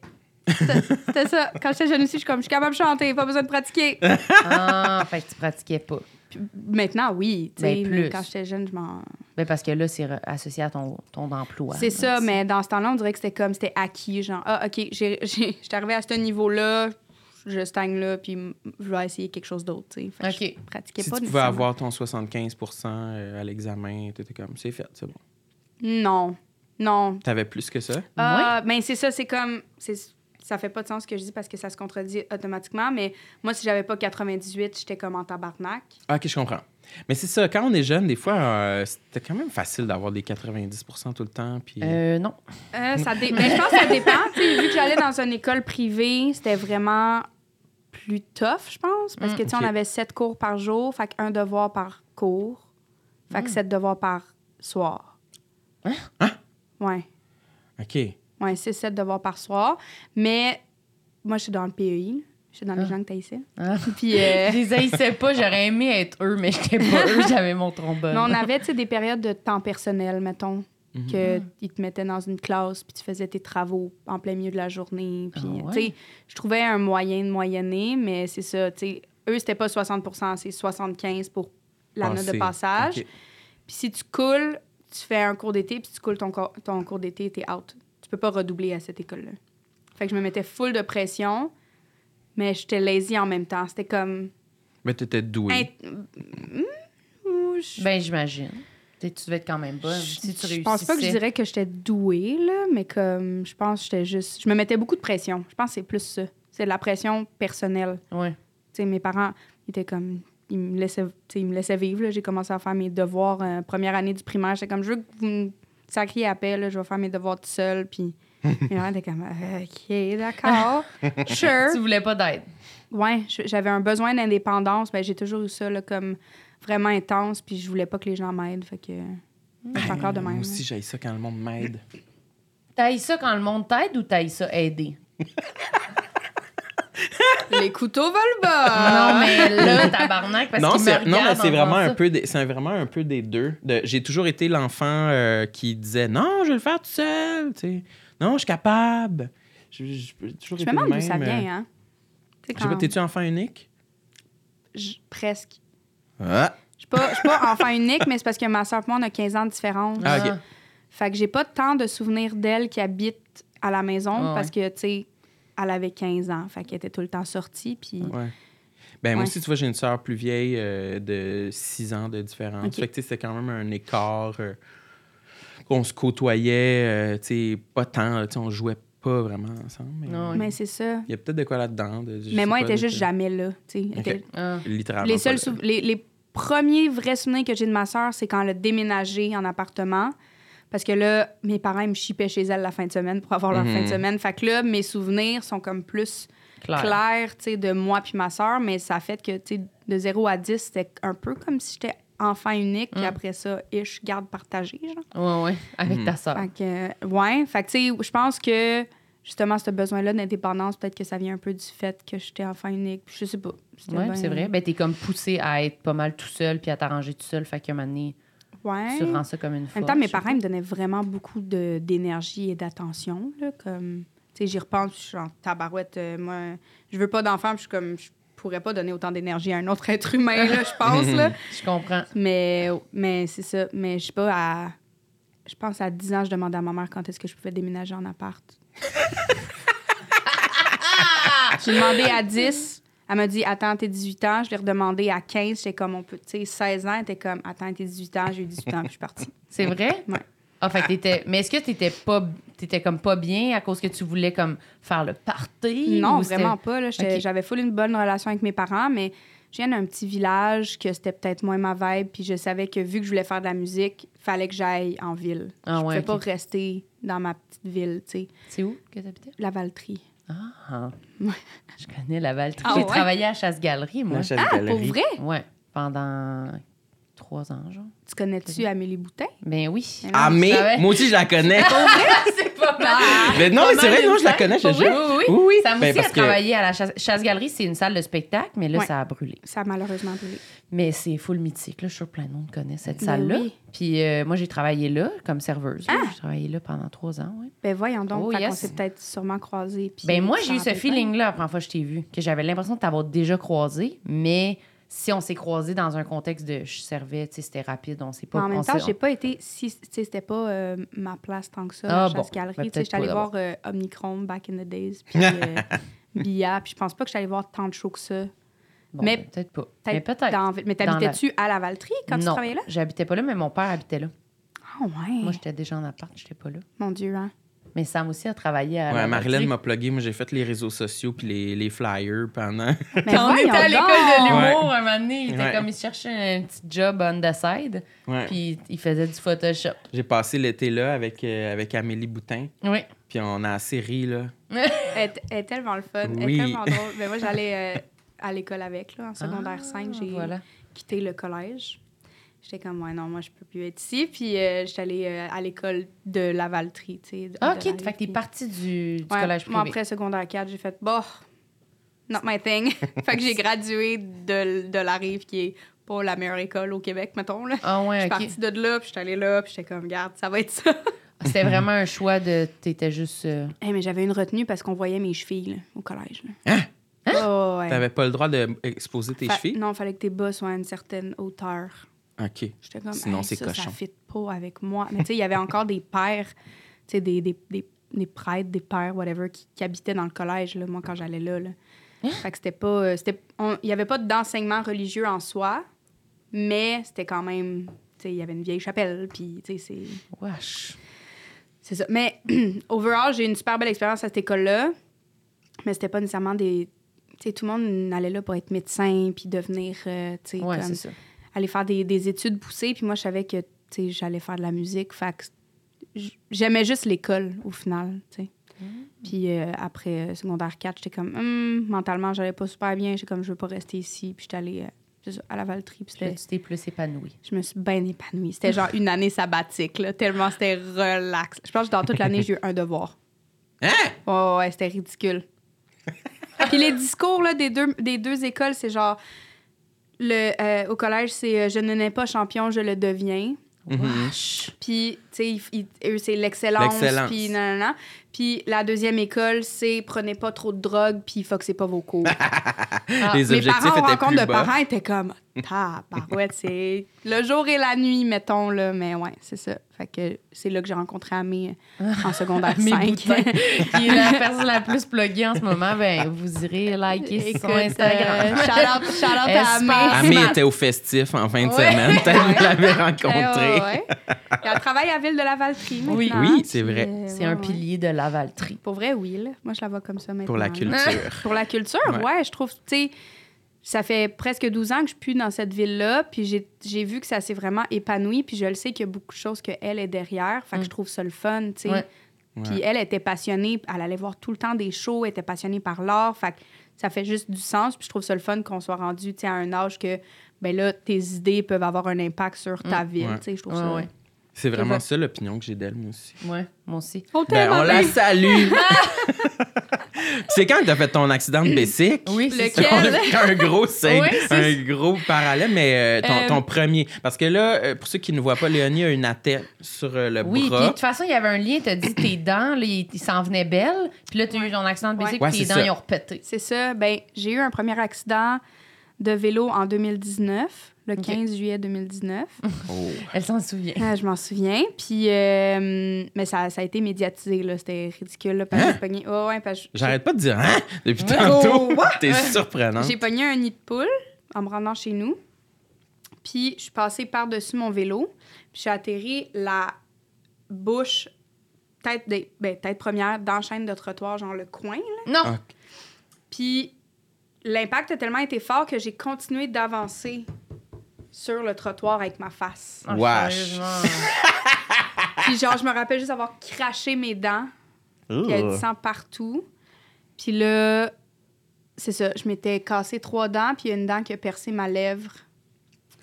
S4: C'était c'était ça. Quand j'étais jeune aussi, je suis comme, je suis capable de chanter, pas besoin de pratiquer.
S3: Ah, fait que tu pratiquais pas.
S4: Puis maintenant, oui. tu sais,
S3: Ben,
S4: mais
S3: plus.
S4: Quand j'étais jeune, je m'en.
S3: Mais Ben, parce que là, c'est re- associé à ton, ton emploi.
S4: c'est ça,
S3: Là,
S4: mais dans ce temps-là, on dirait que c'était comme, c'était acquis. Genre, ah, OK, j'ai- j'ai- j'étais arrivée à ce niveau-là, je stagne là, puis m- je vais essayer quelque chose d'autre, tu sais. Fait que
S3: OK.
S4: je pratiquais
S2: Si
S4: pas
S2: tu pouvais
S4: nécessairement.
S2: avoir ton 75 euh, à l'examen, t'étais comme, c'est fait, c'est bon.
S4: Non. Non.
S2: T'avais plus que ça?
S4: Ah, ben c'est ça, c'est comme. c'est- Ça fait pas de sens ce que je dis parce que ça se contredit automatiquement, mais moi, si j'avais pas 98, j'étais comme en tabarnak.
S2: Ah, ok, je comprends. Mais c'est ça, quand on est jeune, des fois, euh, c'était quand même facile d'avoir des 90 tout le temps. Puis...
S3: Euh, non.
S4: Euh, ça dé- ben, je pense que ça dépend. Tu sais, vu que j'allais dans une école privée, c'était vraiment plus tough, je pense. Parce que, tu sais,
S2: Ok.
S4: on avait sept cours par jour, fait qu'un devoir par cours, fait que sept devoirs par soir. Hein? Ouais.
S2: euh, OK.
S4: Ouais, c'est sept devoirs par soir. Mais moi, je suis dans le PEI. Je suis dans les gens que t'as ici.
S3: Ah.
S4: Puis, euh,
S3: Je les haïssais pas, j'aurais aimé être eux, mais j'étais pas eux, j'avais mon trombone.
S4: mais on avait, tu sais, des périodes de temps personnel, mettons.
S3: Mhm.
S4: que ils te mettaient dans une classe puis tu faisais tes travaux en plein milieu de la journée puis
S3: Ah ouais?
S4: tu sais je trouvais un moyen de moyenner mais c'est ça tu sais eux c'était pas 60 c'est 75
S3: Ah,
S4: pour la note
S2: Passer.
S4: de passage
S2: OK.
S4: puis si tu coules tu fais un cours d'été puis tu coules ton, co- ton cours d'été t'es out tu peux pas redoubler à cette école là Fait que je me mettais full de pression, mais j'étais lazy en même temps. C'était comme.
S2: Mais t'étais douée.
S4: Int- Hmm? Ou je-
S3: Ben, j'imagine. Tu sais, tu devais être quand même bonne si tu réussissais.
S4: Je pense pas que je dirais que j'étais douée, là, mais comme je pense que j'étais juste. Je me mettais beaucoup de pression. Je pense que c'est plus ça. C'est de la pression personnelle.
S3: Ouais.
S4: Tu sais, mes parents étaient comme. Ils me laissaient, tu sais, ils me laissaient vivre. là. J'ai commencé à faire mes devoirs euh, première année du primaire. J'étais comme, je veux que vous me sacriez à paix, là, je vais faire mes devoirs tout seul. Puis mes parents étaient comme, OK, d'accord, sure.
S3: Tu voulais pas d'aide.
S4: Ouais, je- j'avais un besoin d'indépendance. Ben, j'ai toujours eu ça là, comme vraiment intense, puis je voulais pas que les gens m'aident. Fait que. je
S2: Ben,
S4: suis encore de même.
S2: Moi aussi, j'ai ça quand le monde m'aide.
S3: T'ailles ça quand le monde t'aide ou t'ailles ça aider?
S4: Les couteaux volent bas!
S3: Non, mais là, tabarnak, parce
S2: non,
S3: qu'il me
S2: c'est,
S3: regarde
S2: non, mais c'est
S3: en
S2: vraiment
S3: faisant
S2: un
S3: ça.
S2: peu des, c'est vraiment un peu des deux. De- j'ai toujours été l'enfant euh, qui disait non, je vais le faire tout seul, tu sais. Non, je suis capable. Je, je- j'ai toujours
S4: Je
S2: été
S4: me
S2: le
S4: demande d'où ça
S2: même, euh,
S4: vient, hein? Tu sais,
S2: Je sais pas,
S4: quand-
S2: t'es-tu enfant unique?
S4: je- Presque.
S2: Ah,
S4: Je suis pas, je suis pas enfant unique, mais c'est parce que ma soeur et moi, on a 15 ans de différence.
S2: Ah, ok.
S4: Fait que j'ai pas tant de souvenirs d'elle qui habite à la maison
S3: Ah, ouais.
S4: parce que, tu sais, elle avait 15 ans. Fait qu'elle était tout le temps sortie. Puis
S2: ouais. Ben, moi
S4: Ouais.
S2: aussi, tu vois, j'ai une sœur plus vieille euh, de 6 ans de différence.
S4: Ok.
S2: Fait que, tu sais, c'est quand même un écart. euh, qu'on se côtoyait, euh, tu sais, pas tant, tu sais, on jouait pas vraiment ensemble. Mais
S3: Non,
S4: Mais c'est ça.
S2: il y a peut-être de quoi là-dedans. de- je
S4: mais
S2: sais
S4: moi, elle
S2: pas,
S4: était
S2: de-
S4: juste jamais là. tu sais. Elle
S2: Ok.
S4: était-
S3: Ah.
S2: Littéralement.
S4: Les,
S2: pas
S4: seuls
S2: là.
S4: sou- les, les premiers vrais souvenirs que j'ai de ma soeur, c'est quand elle a déménagé en appartement. Parce que là, mes parents, ils me chipaient chez elle la fin de semaine pour avoir leur
S2: Mhm.
S4: fin de semaine. Fait que là, mes souvenirs sont comme plus
S3: Claire.
S4: clair, tu sais, de moi puis ma sœur, mais ça a fait que, tu sais, de 0 à 10, c'était un peu comme si j'étais enfant unique,
S3: Mm.
S4: puis après ça, ish, garde partagée, genre.
S3: Ouais, ouais,
S2: Hmm.
S3: avec ta soeur.
S4: Fait que, euh, ouais, fait que, tu sais, je pense que, justement, ce besoin-là d'indépendance, peut-être que ça vient un peu du fait que j'étais enfant unique, puis je sais pas. C'était
S3: Ouais,
S4: bien-
S3: c'est vrai. Ben, t'es comme poussé à être pas mal tout seul puis à t'arranger tout seul. Fait qu'à un moment donné,
S4: Ouais.
S3: tu rends ça comme une
S4: En même temps, mes parents ils me donnaient vraiment beaucoup de- d'énergie et d'attention. là, Comme, tu sais, j'y repense, je suis en tabarouette. euh, moi, je veux pas d'enfant, puis je suis comme, je pourrais pas donner autant d'énergie à un autre être humain, là, je pense. là.
S3: Je comprends.
S4: Mais, mais c'est ça. Mais je sais pas, à... je pense à 10 ans, je demandais à ma mère quand est-ce que je pouvais déménager en appart. J'ai demandé à 10. Elle m'a dit, attends, t'es 18 ans. Je l'ai redemandé à 15. J'étais comme, on peut, tu sais, 16 ans. Elle était comme, attends, t'es 18 ans. J'ai eu 18 ans, puis je suis partie.
S3: C'est vrai?
S4: Ouais.
S3: Ah, fait que t'étais. Mais est-ce que t'étais pas. T'étais comme pas bien à cause que tu voulais comme faire le party?
S4: Non,
S3: ou c'était-
S4: vraiment pas. là. J'étais-
S3: Ok.
S4: J'avais full une bonne relation avec mes parents, mais je viens d'un petit village que c'était peut-être moins ma vibe, puis je savais que vu que je voulais faire de la musique, fallait que j'aille en ville.
S3: Ah
S4: je
S3: ouais,
S4: pouvais
S3: ok.
S4: pas rester dans ma petite ville, tu sais,
S3: C'est où que t'habitais?
S4: la Valtrie.
S3: Ah,
S4: Ouais.
S3: je connais la Valtrie.
S4: Ah
S3: J'ai
S4: ouais?
S3: travaillé à Chasse-Galerie, moi.
S2: Moi, j'avais
S4: Ah, pour
S2: galerie.
S4: vrai?
S3: Ouais, pendant trois ans, genre.
S4: Tu connais-tu Amélie Boutin?
S3: Ben oui.
S4: Mais non,
S2: Ah,
S3: Je savais.
S2: mais moi aussi, je la connais.
S3: c'est pas mal.
S2: mais non,
S3: Pas
S2: mais c'est
S3: mal
S2: vrai,
S3: une
S2: non, je la
S3: scène.
S2: connais. Je
S3: Pour
S2: jure.
S3: vrai? Oui, oui.
S2: oui.
S3: Ça m'a
S2: Ben,
S3: aussi
S2: parce
S3: à
S2: que-
S3: travailler à la chasse- Chasse-Galerie, c'est une salle de spectacle, mais là,
S4: Ouais.
S3: ça a brûlé.
S4: Ça a malheureusement brûlé.
S3: Mais c'est full mythique. Là, je suis sûre que plein de monde connaît cette
S4: Ben
S3: salle-là.
S4: oui. Ah!
S3: Puis euh, moi, j'ai travaillé là comme serveuse. là. J'ai travaillé là pendant trois ans. ouais.
S4: Ben voyons donc,
S3: Oh,
S4: fait qu'on
S3: yes.
S4: s'est peut-être sûrement croisés. puis
S3: Ben moi,
S4: je
S3: j'ai eu
S4: m'en
S3: ce
S4: rappelle pas.
S3: feeling-là la première fois que je t'ai vu, que j'avais l'impression de t'avoir déjà croisé, mais si on s'est croisé dans un contexte de je servais, tu sais, c'était rapide, on s'est pas. hein.
S4: Mais en même
S3: on
S4: temps,
S3: s'est-
S4: j'ai pas été. Si, tu sais, c'était pas euh, ma place tant que ça,
S3: Ah,
S4: la
S3: bon.
S4: chasse-galerie.
S3: Ben,
S4: Tu sais,
S3: peut-être
S4: j'étais allée
S3: pas
S4: voir euh, Omnicron back in the days, puis euh, Bia, puis je pense pas que j'allais voir tant de shows que ça.
S3: Bon,
S4: mais
S3: ben, peut-être pas. Mais peut-être.
S4: dans- Mais
S3: Dans la-
S4: t'habitais-tu à la Valtrie quand tu
S3: non,
S4: travaillais là?
S3: j'habitais pas là, mais mon père habitait là.
S4: Ah ouais.
S3: Moi, j'étais déjà en appart, j'étais pas là.
S4: Mon Dieu, hein.
S3: Mais Sam aussi a travaillé à.
S2: Ouais,
S3: la
S2: Marilyn
S3: loterie.
S2: m'a plugué. Moi, j'ai fait les réseaux sociaux puis les, les flyers pendant.
S4: Mais
S3: Quand on
S4: voyons
S3: était à l'école de
S4: donc!
S3: l'humour, un moment donné, il était
S2: Ouais.
S3: comme, il cherchait un petit job on the side,
S2: Ouais.
S3: puis il faisait du Photoshop.
S2: J'ai passé l'été là avec, euh, avec Amélie Boutin.
S3: Oui.
S2: Puis on a la série, là.
S4: Elle est- elle est tellement le fun, elle est
S2: Oui.
S4: tellement drôle. Mais moi, j'allais euh, à l'école avec, là, en secondaire 5. J'ai
S3: Ah, Voilà.
S4: quitté le collège. J'étais comme, ouais, non, moi, je peux plus être ici. Puis euh, j'étais allée euh, à l'école de la Valtrie, tu sais. de-
S3: Ah,
S4: de
S3: OK,
S4: la ville,
S3: fait que t'es
S4: puis-
S3: partie du, du
S4: Ouais,
S3: collège privé.
S4: Moi, après secondaire 4, j'ai fait, bah, not my thing. fait que j'ai gradué de, de la rive qui est pas la meilleure école au Québec, mettons. Là.
S3: Ah
S4: Je
S3: ouais,
S4: suis
S3: OK.
S4: partie de là, puis j'étais allée là, puis j'étais comme, regarde, ça va être ça.
S3: Ah, C'était vraiment un choix de... T'étais juste... euh,
S4: Hey, mais j'avais une retenue parce qu'on voyait mes chevilles là, au collège. là.
S2: Hein?
S4: Oh, ouais.
S2: T'avais pas le droit d'exposer tes
S4: Fa-
S2: chevilles?
S4: Non, fallait que tes bas soient à une certaine hauteur.
S2: OK.
S4: J'étais comme,
S2: Sinon,
S4: Hey,
S2: c'est
S4: ça,
S2: cochon.
S4: Ça fit pas avec moi. Mais tu sais, il y avait encore des paires, tu sais, des, des, des des prêtres, des pères, whatever, qui, qui habitaient dans le collège, là, moi, quand j'allais là. là.
S3: Hein?
S4: Fait que c'était pas. euh, c'était- on- Il n'y avait pas d'enseignement religieux en soi, mais c'était quand même. tu sais, Il y avait une vieille chapelle, puis tu sais, c'est.
S2: Wesh.
S4: C'est ça. Mais overall, j'ai eu une super belle expérience à cette école-là. Mais c'était pas nécessairement des. Tu sais, tout le monde allait là pour être médecin puis devenir. euh, tu sais,
S3: Ouais,
S4: comme-
S3: c'est ça.
S4: aller faire des, des études poussées. Puis moi, je savais que tu sais, j'allais faire de la musique. Fait que j- j'aimais juste l'école au final. tu sais. Puis euh, après euh, secondaire 4, j'étais comme. Hum, mentalement, j'allais pas super bien. J'étais comme, je veux pas rester ici. Puis j'étais allée euh, c'est ça, à la Valtrie. Puis c'était-
S3: Là, tu t'es plus épanoui.
S4: je me suis bien épanouie. C'était genre une année sabbatique, là, tellement c'était relax. Je pense que dans toute l'année, j'ai eu un devoir.
S2: Hein?
S4: Oh, ouais, c'était ridicule. Puis les discours là, des, deux, des deux écoles, c'est genre. Le, euh, au collège, c'est euh, je ne n'ai pas champion, je le deviens.
S2: Mhm.
S4: Puis, tu sais, ils- ils- eux, c'est l'excellence.
S2: L'excellence.
S4: Puis, nan, nan, nan. Puis, la deuxième école, c'est prenez pas trop de drogue, puis foxez pas vos cours.
S3: Ah,
S2: Les
S4: Mes
S2: objectifs
S4: parents en
S2: étaient
S4: rencontre
S2: plus
S4: de
S2: bas.
S4: parents étaient comme tabarouette, c'est le jour et la nuit mettons là, mais ouais, c'est ça. Fait que c'est là que j'ai rencontré Amé euh, en secondaire
S3: Mes
S4: 5.
S3: boutins. Qui est la personne la plus pluguée en ce moment, ben, vous irez liker son Instagram.
S4: euh, shout out, shout out
S3: Espace.
S4: à Amé.
S2: Amé était au festif en fin de
S3: Ouais.
S2: semaine. Peut-être que vous l'avez
S4: Eh,
S2: rencontré.
S4: ouais, ouais. Et Elle travaille à Ville de la Valtrie maintenant.
S3: Oui.
S2: Oui, c'est
S4: Puis,
S2: vrai.
S4: euh,
S3: C'est
S4: ouais,
S3: un
S4: ouais.
S3: pilier de la valtrie.
S4: Pour vrai, oui. là. Moi, je la vois comme ça maintenant.
S2: Pour la
S4: là.
S2: culture.
S4: Pour la culture,
S2: Ouais.
S4: ouais, je trouve, tu sais, ça fait presque 12 ans que je suis dans cette ville-là, puis j'ai- j'ai vu que ça s'est vraiment épanoui, puis je le sais qu'il y a beaucoup de choses qu'elle est derrière, fait
S3: Mm.
S4: que je trouve ça le fun, tu sais.
S3: Ouais.
S4: Puis elle était passionnée, elle allait voir tout le temps des shows, elle était passionnée par l'art, fait que ça fait juste du sens, puis je trouve ça le fun qu'on soit rendu, tu sais, à un âge que, ben là, tes idées peuvent avoir un impact sur ta ville,
S2: Ouais.
S4: tu sais, je trouve
S3: Ouais,
S4: ça...
S3: ouais.
S2: C'est vraiment
S4: vrai.
S2: ça l'opinion que j'ai d'elle, moi aussi.
S3: Ouais, moi aussi.
S4: Oh,
S2: Ben,
S4: tellement
S2: on la
S4: bien.
S2: salue. c'est quand t'as fait ton accident de bicycle?
S3: Oui,
S4: c'est
S2: On
S4: Lequel?
S2: a fait un gros signe,
S3: Oui, c'est
S2: un gros parallèle, mais euh, ton,
S4: Euh,
S2: ton premier. Parce que là, euh, pour ceux qui ne voient pas, Léonie a une attelle sur euh, le
S3: Oui, puis de
S2: bras.
S3: toute façon, il y avait un lien, t'as dit tes dents, là, ils ils s'en venaient belles. Puis là, t'as eu ton accident de bicycle,
S2: Ouais.
S3: puis
S2: Ouais,
S3: tes
S2: c'est
S3: dents,
S2: ça.
S3: ils ont repété.
S4: C'est ça. Ben, j'ai eu un premier accident de vélo en 2019, le
S3: Ok.
S4: 15 juillet 2019.
S2: Oh.
S3: Elle s'en souvient.
S4: Ah, je m'en souviens. Puis, euh, mais ça, ça a été médiatisé, là. C'était ridicule, là, parce que j'ai pogné... Oh, ouais, parce que j'ai-
S2: J'arrête pas de dire hein depuis
S3: Ouais.
S2: tantôt.
S3: Oh, what?
S2: T'es
S3: Ouais.
S2: surprenant.
S4: j'ai pogné un nid de poule en me rendant chez nous. Puis, je suis passée par-dessus mon vélo. Puis, j'ai atterri la bouche, tête, des ben, tête première, dans la chaîne de trottoir, genre le coin,
S3: Non,
S2: Ah.
S4: Puis l'impact a tellement été fort que j'ai continué d'avancer sur le trottoir avec ma face.
S3: Ah,
S2: Wesh.
S3: sérieusement.
S4: Puis genre, je me rappelle juste avoir craché mes dents. Puis il y a du sang partout. Puis là, c'est ça, je m'étais cassé trois dents, puis il y a une dent qui a percé ma lèvre.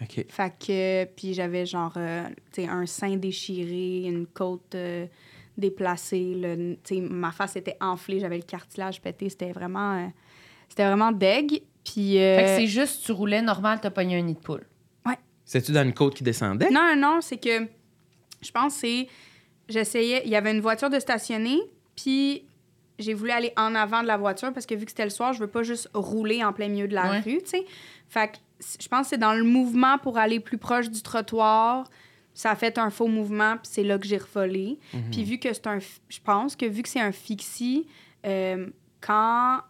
S2: OK.
S4: Fait que, puis j'avais genre, euh, tu sais, un sein déchiré, une côte euh, déplacée, le- tu sais, ma face était enflée, j'avais le cartilage pété, c'était vraiment, euh, c'était vraiment deg. Puis, euh,
S3: Fait que c'est juste, tu roulais normal, t'as pogné un nid de poule.
S2: C'est-tu dans une côte qui descendait?
S4: Non, non, c'est que je pense que c'est. J'essayais. Il y avait une voiture de stationner, puis j'ai voulu aller en avant de la voiture parce que vu que c'était le soir, je veux pas juste rouler en plein milieu de la
S3: Ouais.
S4: rue, tu sais. Fait que c- je pense que c'est dans le mouvement pour aller plus proche du trottoir. Ça a fait un faux mouvement, puis c'est là que j'ai refolé.
S3: Mhm.
S4: Puis vu que c'est un. f- Je pense que vu que c'est un fixie, euh, quand.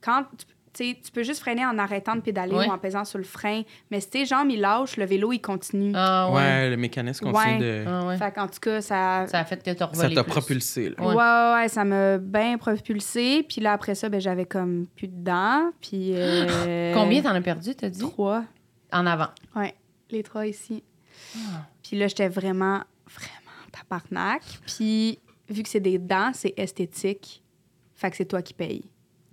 S4: Quand. tu- Tu sais, tu peux juste freiner en arrêtant de pédaler
S3: Ouais.
S4: ou en pesant sur le frein. Mais si tes jambes, ils lâchent, le vélo, il continue.
S3: Ah
S2: Ouais,
S3: ouais.
S2: le mécanisme continue
S4: Ouais.
S2: de.
S3: Ah ouais.
S4: Fait qu'en tout cas, ça.
S3: Ça a fait que t'as revolé
S2: Ça t'a
S3: plus.
S2: propulsé, là.
S3: Ouais.
S4: Ouais. ouais, ouais, ça m'a bien propulsé. Puis là, après ça, ben, j'avais comme plus de dents. Puis. euh,
S3: Combien t'en as perdu, t'as dit?
S4: Trois.
S3: En avant.
S4: Ouais, les trois ici.
S3: Ah.
S4: Puis là, j'étais vraiment, vraiment tabarnak. Puis, vu que c'est des dents, c'est esthétique. Fait que c'est toi qui payes.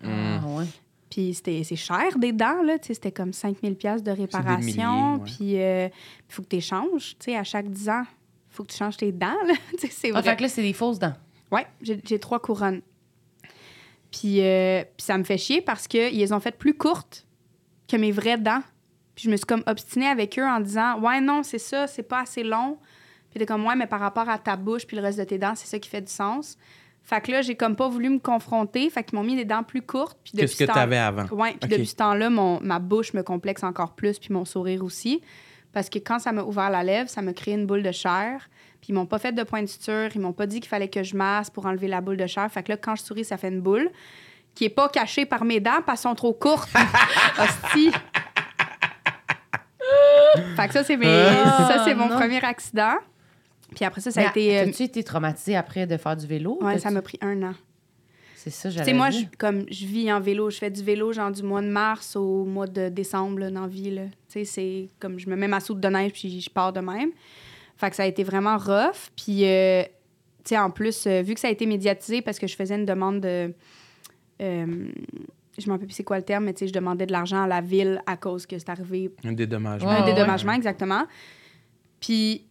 S2: Mm.
S3: Ah ouais.
S4: Puis c'était- c'est cher des dents, là. tu sais, C'était comme 5000 pièces de réparation.
S2: milliers, ouais.
S4: Puis euh, il faut que tu changes. tu sais, À chaque 10 ans, faut que tu changes tes dents. Là. Tu sais, c'est
S3: Ah,
S4: vrai.
S3: fait que là, c'est des fausses dents.
S4: Ouais, j'ai j'ai trois couronnes. Puis, euh, puis ça me fait chier parce qu'ils les ont faites plus courtes que mes vraies dents. Puis je me suis comme obstinée avec eux en disant Ouais, non, c'est ça, c'est pas assez long. Puis t'es comme Ouais, mais par rapport à ta bouche puis le reste de tes dents, c'est ça qui fait du sens. Fait que là, j'ai comme pas voulu me confronter. Fait qu'ils m'ont mis des dents plus courtes. Puis
S2: Que
S4: depuis
S2: ce que
S4: ce temps-
S2: t'avais avant.
S4: Ouais, puis
S2: Ah, Ok.
S4: depuis ce temps-là, mon, ma bouche me complexe encore plus, puis mon sourire aussi. Parce que quand ça m'a ouvert la lèvre, ça m'a créé une boule de chair. Puis ils m'ont pas fait de point de suture, ils m'ont pas dit qu'il fallait que je masse pour enlever la boule de chair. Fait que là, quand je souris, ça fait une boule qui est pas cachée par mes dents parce qu'elles sont trop courtes. Hostie! fait que ça, c'est mes...
S3: Ah,
S4: ça, c'est mon
S3: non.
S4: premier accident. Puis après ça, ça a été... euh,
S3: tu été traumatisée après de faire du vélo?
S4: Ouais,
S3: T'as-tu-
S4: ça m'a pris un an.
S3: C'est ça,
S4: Tu
S3: j'allais
S4: sais, moi,
S3: dire.
S4: je- comme je vis en vélo, je fais du vélo genre du mois de mars au mois de décembre là, dans la vie. là. Tu sais, c'est comme je me mets ma soupe de neige puis je pars de même. Fait que ça a été vraiment rough. Puis, euh, tu sais, en plus, euh, vu que ça a été médiatisé parce que je faisais une demande de. euh, je m'en rappelle plus c'est quoi le terme, mais tu sais, je demandais de l'argent à la ville à cause que c'est arrivé
S2: Un dédommagement.
S3: Ouais,
S4: un
S3: ouais.
S4: dédommagement, exactement. Puis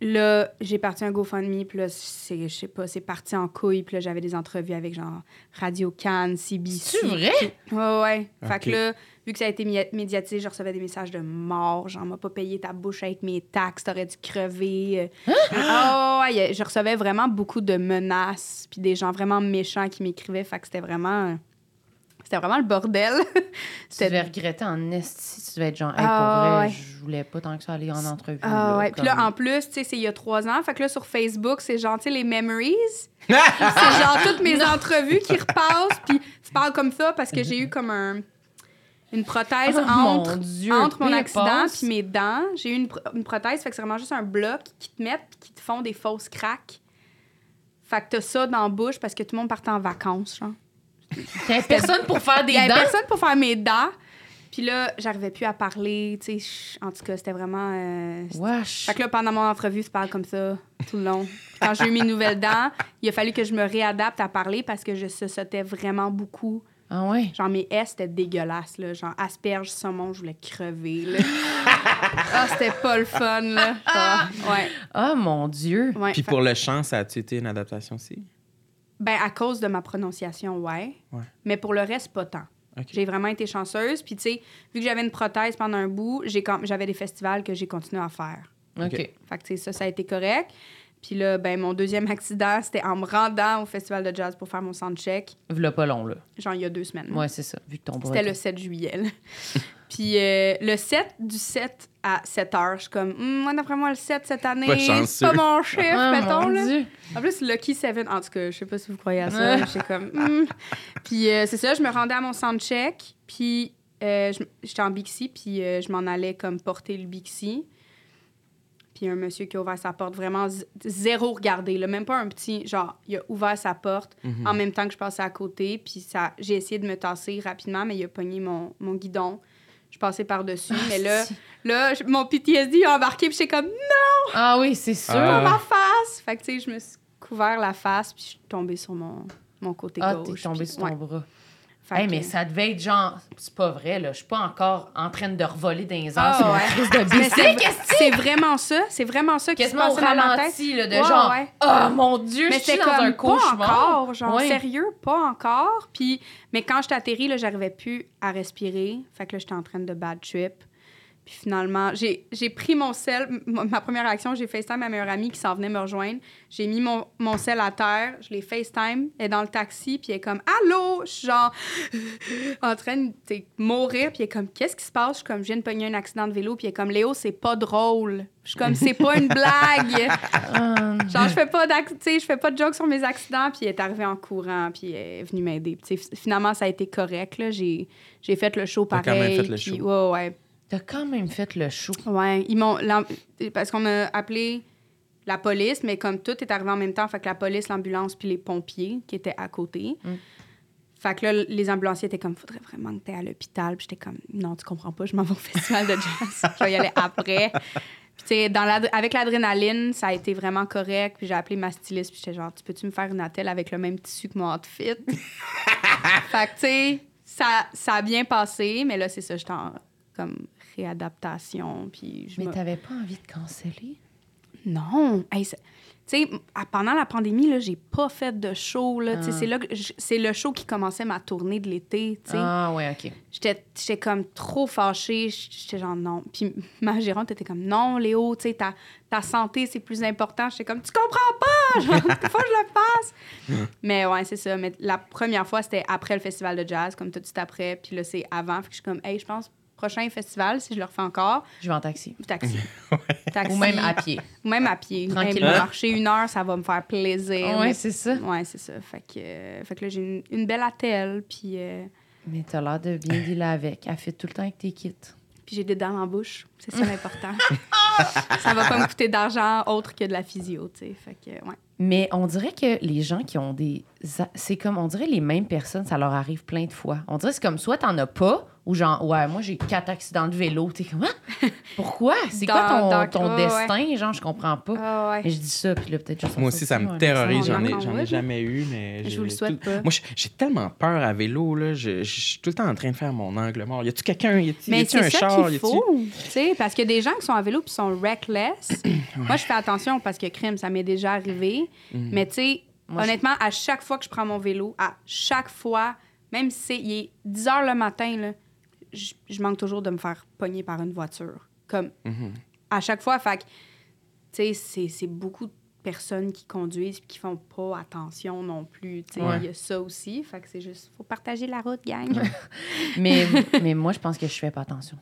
S4: là, j'ai parti un GoFundMe, puis là, c'est, je sais pas, c'est parti en couille, puis là, j'avais des entrevues avec genre Radio Cannes, CBC.
S3: C'est vrai?
S4: Ouais, ouais. Fait
S2: Ok.
S4: que là, vu que ça a été mi- médiatisé, je recevais des messages de mort, genre, m'a pas payé ta bouche avec mes taxes, t'aurais dû crever.
S3: Hein?
S4: Euh, Ah ouais, ouais, je recevais vraiment beaucoup de menaces, puis des gens vraiment méchants qui m'écrivaient, fait que c'était vraiment. euh, C'était vraiment le bordel.
S3: Tu devais regretter en esti. Tu devais être genre, hey, pour
S4: Ah,
S3: vrai,
S4: ouais.
S3: je voulais pas tant que ça aller en entrevue.
S4: Ah ouais. Puis là,
S3: comme-
S4: en plus, tu sais, c'est il y a trois ans. Fait que là, sur Facebook, c'est genre, tu sais, les memories. c'est genre toutes mes entrevues qui repassent. Puis tu parles comme ça parce que j'ai eu comme un, une prothèse
S3: Oh, mon
S4: entre,
S3: Dieu,
S4: entre mon
S3: pire
S4: accident
S3: passe.
S4: puis mes dents. J'ai eu une, pro- une prothèse. Fait que c'est vraiment juste un bloc qui te mettent puis qui te font des fausses craques. Fait que t'as ça dans la bouche parce que tout le monde partait en vacances, genre.
S3: T'avais personne pour faire des
S4: Il y avait
S3: dents.
S4: personne pour faire mes dents. Puis là, j'arrivais plus à parler, tu sais. je- En tout cas, c'était vraiment... euh,
S3: Wesh.
S4: fait que là, pendant mon entrevue, je parle comme ça tout le long. Puis quand j'ai eu mes nouvelles dents, il a fallu que je me réadapte à parler parce que je sautais vraiment beaucoup.
S3: Ah ouais.
S4: Genre, mes S, c'était dégueulasse, là. Genre, asperge, saumon, je voulais crever, là. ah, c'était pas le fun, là. Genre, ouais,
S3: Ah mon Dieu.
S4: ouais.
S2: Puis
S4: Fait-
S2: pour le chant, ça a-tu été une adaptation aussi?
S4: Ben, à cause de ma prononciation, ouais.
S2: Ouais.
S4: Mais pour le reste, pas tant.
S2: OK.
S4: J'ai vraiment été chanceuse. Puis, tu sais, vu que j'avais une prothèse pendant un bout, j'ai quand- j'avais des festivals que j'ai continué à faire.
S3: OK.
S4: Fait que, tu sais, ça, ça a été correct. Puis là, ben, mon deuxième accident, c'était en me rendant au festival de jazz pour faire mon soundcheck,
S3: V'là pas long, là.
S4: genre il y a deux semaines.
S3: Ouais, c'est ça. Vu que ton bras.
S4: Mm. C'était
S3: était-
S4: le 7 juillet. là. Puis euh, le 7, du 7 à 7 heures, je suis comme, Hum, moi, d'après moi, le 7 cette année,
S2: Pas
S4: c'est
S2: chanceux.
S4: pas mon chiffre,
S3: Ah,
S4: E mettons.
S3: mon
S4: Là.
S3: Dieu.
S4: En plus, Lucky Seven, en tout cas, je sais pas si vous croyez à ça. mais J'étais comme, Hmm. Puis euh, c'est ça, je me rendais à mon soundcheck, puis euh, je- j'étais en Bixi, puis euh, je m'en allais comme porter le Bixi. Puis un monsieur qui a ouvert sa porte, vraiment z- zéro regardé, là, même pas un petit, genre, il a ouvert sa porte
S2: Mhm.
S4: en même temps que je passais à côté, puis ça, j'ai essayé de me tasser rapidement, mais il a pogné mon, mon guidon. Je passais par-dessus, mais là, là je- mon PTSD a embarqué, puis j'étais comme,
S3: Ah oui, c'est sûr.
S2: Ah.
S4: dans ma face. Fait que, tu sais, je me suis couvert la face, puis je suis tombée sur mon, mon côté
S3: Ah, t'es
S4: gauche.
S3: tombé
S4: puis-
S3: sur ton
S4: ouais.
S3: bras.
S4: Fait
S3: Hey,
S4: que-
S3: mais ça devait être genre, c'est pas vrai, là. Je suis pas encore en train de revoler dans les airs
S4: Ah,
S3: sur mon
S4: ouais.
S3: crise de
S4: Mais
S3: bicycle.
S4: c'est, c'est vraiment ça. C'est vraiment ça qui se
S3: Quasiment au
S4: passait dans ma tête.
S3: ralenti, là, de
S4: Ouais,
S3: genre,
S4: ouais.
S3: oh mon Dieu, je
S4: Mais
S3: suis
S4: c'était
S3: dans
S4: comme
S3: un
S4: pas
S3: cauchemar.
S4: encore, genre
S3: Ouais.
S4: sérieux, pas encore. Puis, mais quand j'étais atterrie, là, j'arrivais plus à respirer. Fait que là, j'étais en train de bad trip. Puis finalement, j'ai j'ai pris mon sel. M- Ma première action, j'ai FaceTime ma meilleure amie qui s'en venait me rejoindre. J'ai mis mon, mon sel à terre, je l'ai FaceTime, elle est dans le taxi, puis elle est comme Allô? Je suis genre en train de tu sais, mourir, puis elle est comme Qu'est-ce qui se passe? Je suis comme Je viens de pogner un accident de vélo, puis elle est comme Léo, c'est pas drôle. Je suis comme C'est pas une blague.
S3: Hum.
S4: Genre, je fais pas d'acc- tu sais, je fais pas de jokes sur mes accidents, puis elle est arrivée en courant, puis elle est venue m'aider. Puis, tu sais, finalement, ça a été correct, là. J'ai, j'ai fait le show
S2: T'as
S4: pareil.
S2: quand même fait le
S4: puis-
S2: show.
S4: Ouais, ouais.
S3: T'as quand même fait le show.
S4: Ouais, ils m'ont. l'am- Parce qu'on a appelé la police, mais comme tout est arrivé en même temps, fait que la police, l'ambulance, puis les pompiers qui étaient à côté.
S3: Mm.
S4: Fait que là, les ambulanciers étaient comme, faudrait vraiment que t'aies à l'hôpital. Puis j'étais comme, non, tu comprends pas, je m'en vais au festival de jazz. je vais y aller après. Puis tu sais, dans l'ad- avec l'adrénaline, ça a été vraiment correct. Puis j'ai appelé ma styliste, puis j'étais genre, tu peux-tu me faire une attelle avec le même tissu que mon outfit? fait que tu sais, ça, ça a bien passé, mais là, c'est ça, j'étais en comme réadaptation. Puis je
S3: Mais
S4: me-
S3: t'avais pas envie de canceller?
S4: non. Hey, ça- tu sais, m- à- pendant la pandémie, là, j'ai pas fait de show. Là, Tu sais,
S3: Ah.
S4: c'est, là que j- c'est le show qui commençait ma tournée de l'été. tu sais.
S3: Ah ouais, OK.
S4: J'étais, j'étais comme trop fâchée. J- J'étais genre non. Puis ma gérante était comme non, Léo, tu sais, ta, ta santé, c'est plus important. J'étais comme tu comprends pas. Genre, faut que je le fasse. Mais ouais, c'est ça. Mais la première fois, c'était après le festival de jazz, comme tout de suite après. Puis là, c'est avant. Fait que je suis comme, hey, je pense prochain festival, si je le refais encore,
S3: Je vais en taxi.
S4: taxi. Taxi.
S3: Ou même à pied.
S4: Ou même à pied.
S3: Tranquillement.
S4: Même marcher une heure, ça va me faire
S3: Ouais,
S4: plaisir. mais-
S3: c'est ça.
S4: Ouais, c'est ça. Fait que, euh, fait que là, j'ai une, une belle attelle, puis, euh,
S3: Mais t'as l'air de bien dealer avec. Elle fait tout le temps avec tes kits.
S4: puis j'ai des dents en bouche. C'est ça l'important. ça va pas me coûter d'argent autre que de la physio, tu sais. Fait que, ouais.
S3: Mais on dirait que les gens qui ont des. a- C'est comme, on dirait les mêmes personnes, ça leur arrive plein de fois. On dirait que c'est comme soit t'en as pas, ou genre, ouais, moi j'ai quatre accidents de vélo. T'es comme, Hein? Pourquoi? C'est quoi
S4: Dans-
S3: ton,
S4: dans-
S3: ton
S4: ouais,
S3: destin? Genre, je comprends pas.
S4: Ah ouais.
S3: Mais je dis ça, puis là, peut-être je vais
S2: Moi
S3: sortir
S2: aussi, ça
S3: ouais,
S2: me
S3: mais
S2: terrorise.
S4: ça, on
S2: J'en ai,
S4: en
S2: j'en
S4: voit,
S2: ai
S4: là.
S2: jamais eu, mais.
S4: Je
S2: j'ai
S4: vous le souhaite
S2: tout-
S4: pas.
S2: Moi, j'ai- j'ai tellement peur à vélo, là. Je, je suis tout le temps en train de faire mon angle mort. Y a-tu quelqu'un? Y a-tu y
S4: Mais
S2: a-tu
S4: c'est
S2: un
S4: ça
S2: char? Y
S4: qu'il
S2: a-tu.
S4: faut, tu sais, parce qu'il y a des gens qui sont en vélo puis sont reckless. Moi, je fais attention parce que crime, ça m'est déjà arrivé.
S2: Mhm.
S4: Mais tu sais,
S3: Moi, je-
S4: honnêtement, à chaque fois que je prends mon vélo, à chaque fois, même si c'est- il est 10 heures le matin, là, je je manque toujours de me faire pogner par une voiture. Comme
S2: Mhm.
S4: à chaque fois, fait que, tu sais, c'est- c'est beaucoup de personnes qui conduisent puis qui font pas attention non plus. Tu sais, Il
S2: Ouais.
S4: y a ça aussi. Fait que c'est juste, faut partager la route, gang.
S3: Mais, mais moi, je pense que je fais pas attention.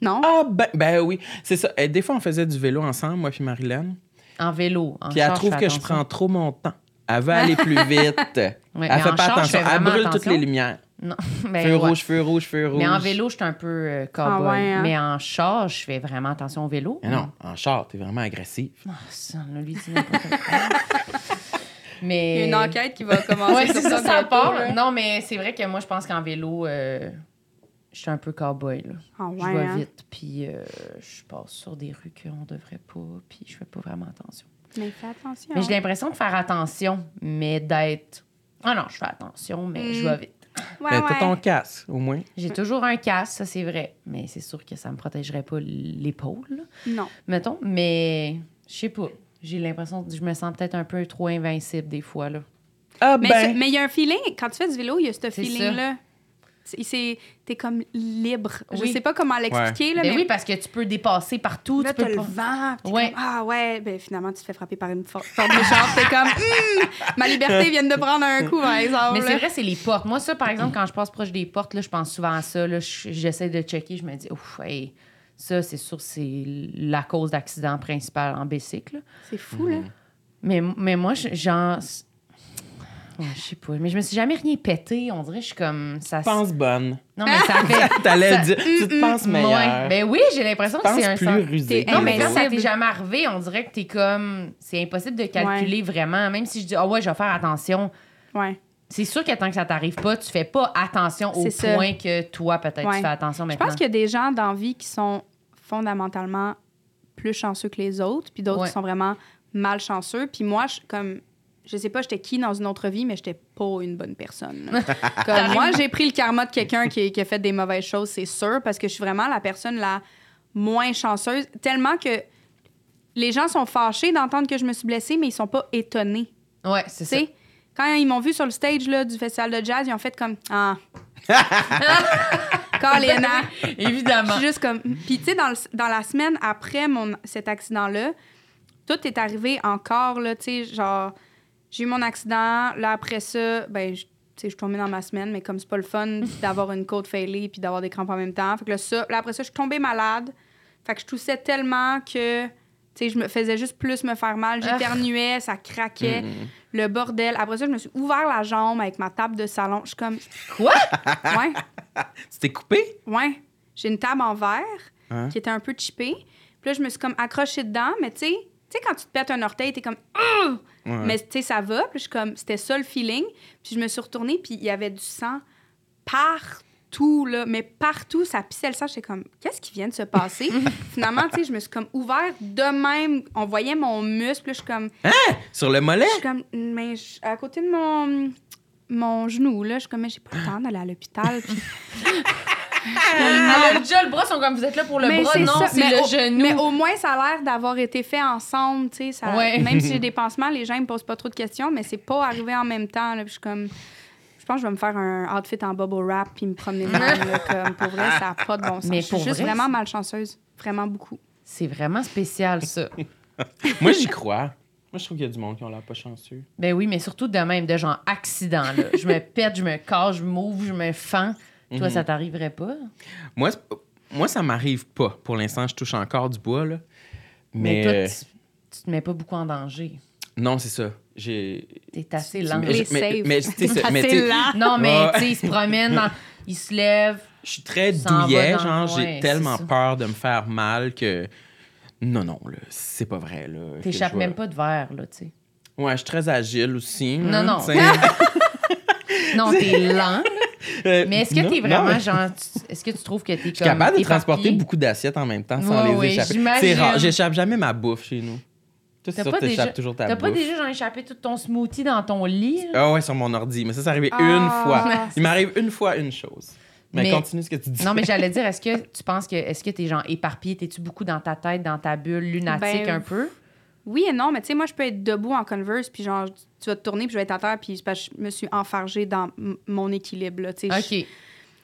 S4: non?
S2: Ah, ben, ben oui. C'est ça. Euh, Des fois, on faisait du vélo ensemble, moi puis Marilyn.
S3: En vélo. En
S2: Puis elle
S3: char,
S2: trouve
S3: fais
S2: que je
S3: attention.
S2: prends trop mon temps. Elle veut aller plus vite.
S3: mais
S2: elle fait
S3: en
S2: pas
S3: char, je
S2: attention.
S3: fais
S2: Elle
S3: vraiment
S2: brûle toutes
S3: attention.
S2: les lumières.
S3: Non, mais
S2: feu
S3: ouais.
S2: rouge, feu rouge, feu rouge.
S3: Mais en vélo, je suis un peu euh, cowboy.
S4: Ah ouais, hein?
S3: Mais en char, je fais vraiment attention au vélo.
S2: Mais non, en char, t'es vraiment agressif.
S3: Ah, ça, là, lui, c'est n'importe quoi. Mais.
S4: une enquête qui va commencer.
S3: Ouais,
S4: sur
S3: c'est ça, ça
S4: bientôt,
S3: part.
S4: là.
S3: Non, mais c'est vrai que moi, je pense qu'en vélo, euh, je suis un peu cowboy. Là.
S4: Ah ouais,
S3: je vais
S4: hein?
S3: vite, puis euh, je passe sur des rues qu'on devrait pas, puis je fais pas vraiment attention.
S4: Mais fais attention.
S3: Mais j'ai l'impression de faire attention, mais d'être. Ah non, je fais attention, mais je
S4: Mm.
S3: vais vite. Ben
S4: Ouais,
S2: mais
S4: ouais.
S2: Ben, t'as ton casque, au moins.
S3: J'ai toujours un casque, ça c'est vrai, mais c'est sûr que ça me protégerait pas l'épaule, là,
S4: Non.
S3: mettons. Mais je sais pas. J'ai l'impression que je me sens peut-être un peu trop invincible des fois, là.
S2: Ah,
S4: Mais
S2: ben.
S4: ce- mais il y a un feeling. Quand tu fais du vélo, il y a ce
S3: C'est
S4: feeling-là. C'est- c'est- T'es comme libre.
S3: Oui.
S4: Je sais pas comment l'expliquer, là,
S3: Ben
S4: mais
S3: oui, parce que tu peux dépasser partout.
S4: là,
S3: tu
S4: t'as
S3: peux
S4: le
S3: pas-
S4: vent. puis t'es
S3: Ouais.
S4: comme, ah ouais, ben finalement, tu te fais frapper par une for- porte de char. T'es comme, Hum, ma liberté vient de prendre un coup, par exemple.
S3: Mais c'est
S4: là.
S3: vrai, c'est les portes. Moi, ça, par exemple, quand je passe proche des portes, là, je pense souvent à ça. là. Je- J'essaie de checker. Je me dis, ouf, hey, ça, c'est sûr, c'est la cause d'accident principal en bicycle. là.
S4: C'est fou, là.
S3: Mm. Mais, mais moi, je- genre. c'est- Ouais, je sais pas. Mais je me suis jamais rien pété. On dirait que je suis comme. Ça, se-
S2: Pense bonne.
S3: Non, mais ça fait.
S2: T'allais
S3: Ça-
S2: dire, tu te penses meilleure.
S3: Ouais. Ben oui, j'ai l'impression que
S2: Pense
S3: c'est un
S2: plus
S3: sens-
S2: rusé.
S4: T'es
S3: Non, mais
S4: Invincible.
S3: ça t'est jamais arrivé, on dirait que t'es comme. C'est impossible de calculer vraiment. Même si je dis, ah ouais, je vais faire attention.
S4: Ouais.
S3: C'est sûr que tant que ça t'arrive pas, tu fais pas attention au
S4: C'est ça.
S3: point que toi, peut-être, tu
S4: Ouais.
S3: fais attention
S4: Je
S3: maintenant.
S4: pense qu'il y a des gens dans la vie qui sont fondamentalement plus chanceux que les autres, puis d'autres
S3: Ouais.
S4: qui sont vraiment malchanceux. Puis moi, je, comme, je sais pas, j'étais qui dans une autre vie, mais j'étais pas une bonne personne. là. comme moi, j'ai pris le karma de quelqu'un qui, qui a fait des mauvaises choses, c'est sûr, parce que je suis vraiment la personne la moins chanceuse, tellement que les gens sont fâchés d'entendre que je me suis blessée, mais ils sont pas étonnés.
S3: Ouais, c'est
S4: Tu
S3: ça.
S4: sais, quand ils m'ont vu sur le stage là, du festival de jazz, ils ont fait comme Ah! hein. Carléna! Je
S3: Évidemment.
S4: suis juste comme. Puis, tu sais, dans, le- dans la semaine après mon, cet accident-là, tout est arrivé encore, là, tu sais, genre, j'ai eu mon accident, là, après ça, ben, je- tu sais, je suis tombée dans ma semaine, mais comme c'est pas le fun d'avoir une côte faillée puis d'avoir des crampes en même temps, fait que là, ça, là, après ça, je suis tombée malade, fait que je toussais tellement que, tu sais, je me faisais juste plus me faire mal, j'éternuais, ça craquait, le bordel. Après ça, je me suis ouvert la jambe avec ma table de salon, je suis comme,
S3: Quoi?
S4: ouais.
S2: Tu t'es coupé?
S4: Ouais. J'ai une table en verre
S2: Hein?
S4: qui était un peu chippée. Puis là, je me suis comme accrochée dedans, mais tu sais, tu sais, quand tu te pètes un orteil, t'es comme Ah!
S2: Ouais.
S4: Mais tu sais, ça va. Puis je suis comme, c'était ça le feeling. Puis je me suis retournée, puis il y avait du sang partout, là. Mais partout, ça pissait le sang. J'étais comme, qu'est-ce qui vient de se passer? Finalement, tu sais, je me suis comme ouverte de même. On voyait mon muscle. Puis là, je suis comme,
S2: Sur le mollet?
S4: je suis comme, mais je- à côté de mon, mon genou, là, je suis comme, mais j'ai pas le temps d'aller à l'hôpital. Puis
S3: Ah, le déjà, le bras sont comme vous êtes là pour le bras.
S4: c'est
S3: Non,
S4: ça.
S3: c'est
S4: Mais
S3: le
S4: au-
S3: genou.
S4: Mais au moins, ça a l'air d'avoir été fait ensemble, tu sais. ça-
S3: Ouais.
S4: Même si j'ai des pansements, les gens ils me posent pas trop de questions, mais c'est pas arrivé en même temps. là, puis je suis comme... Je pense que je vais me faire un outfit en bubble wrap puis me promener dans là, comme Pour vrai, ça n'a pas de bon sens.
S3: Mais
S4: je
S3: pour
S4: suis juste
S3: vrai,
S4: vraiment
S3: c'est-
S4: malchanceuse. Vraiment beaucoup.
S3: C'est vraiment spécial, ça.
S2: Moi, j'y crois. Moi, je trouve qu'il y a du monde qui ont l'air pas chanceux.
S3: Ben oui, mais surtout de même, de genre accident. Là.
S2: Mhm.
S3: Je me pète, je me casse, je m'ouvre, je me fends. Toi, ça t'arriverait pas?
S2: Moi, c'est- Moi, ça m'arrive pas. Pour l'instant, je touche encore du bois, là. Mais,
S3: Mais, toi, tu, tu te mets pas beaucoup en danger.
S2: euh, non, c'est ça. J'ai.
S3: T'es assez
S2: Mais-
S3: lent.
S4: Les
S2: mais-
S4: saves.
S2: mais- tu sais,
S4: C'est
S2: mais tu sais-
S4: lent.
S3: Non, mais
S2: Ouais.
S3: tu sais, il se promène, dans- il se lève.
S2: Je suis très
S3: Ça en va
S2: douillet,
S3: dans le
S2: genre,
S3: coin,
S2: j'ai
S3: c'est
S2: tellement
S3: ça.
S2: peur de me faire mal que. Non, non, là, c'est pas vrai, là. que
S3: T'échappes
S2: je vais-
S3: même pas de verre, là, tu sais.
S2: Ouais, je suis très agile aussi.
S3: Non,
S2: hein,
S3: non.
S2: tu sais.
S3: Non, t'es lent.
S2: Euh,
S3: Mais est-ce que
S2: non,
S3: t'es vraiment
S2: non, mais
S3: genre. tu- Est-ce que tu trouves que t'es comme.
S2: Je suis capable de
S3: éparpillé?
S2: transporter beaucoup d'assiettes en même temps sans
S3: Ouais,
S2: les
S3: ouais,
S2: échapper. C'est
S3: j'imagine.
S2: rare. J'échappe jamais ma bouffe chez nous. Toi, c'est
S3: T'as
S2: sûr
S3: pas
S2: que t'échappes
S3: déjà-
S2: toujours ta
S3: T'as
S2: bouffe.
S3: pas déjà genre, échappé tout ton smoothie dans ton lit? là?
S2: Ah ouais, sur mon ordi. Mais ça, c'est arrivé
S4: Ah.
S2: une fois.
S4: Ah.
S2: Il m'arrive une fois une chose. Mais,
S3: Mais-
S2: continue ce que tu dis.
S3: Non, mais j'allais dire, est-ce que tu penses que. Est-ce que t'es genre éparpillé? T'es-tu beaucoup dans ta tête, dans ta bulle lunatique
S4: Ben,
S3: un peu?
S4: Oui et non, mais tu sais, moi, je peux être debout en converse, puis genre, tu vas te tourner, puis je vais être à terre, puis c'est parce que je me suis enfargée dans m- mon équilibre, là, tu sais.
S3: Ok.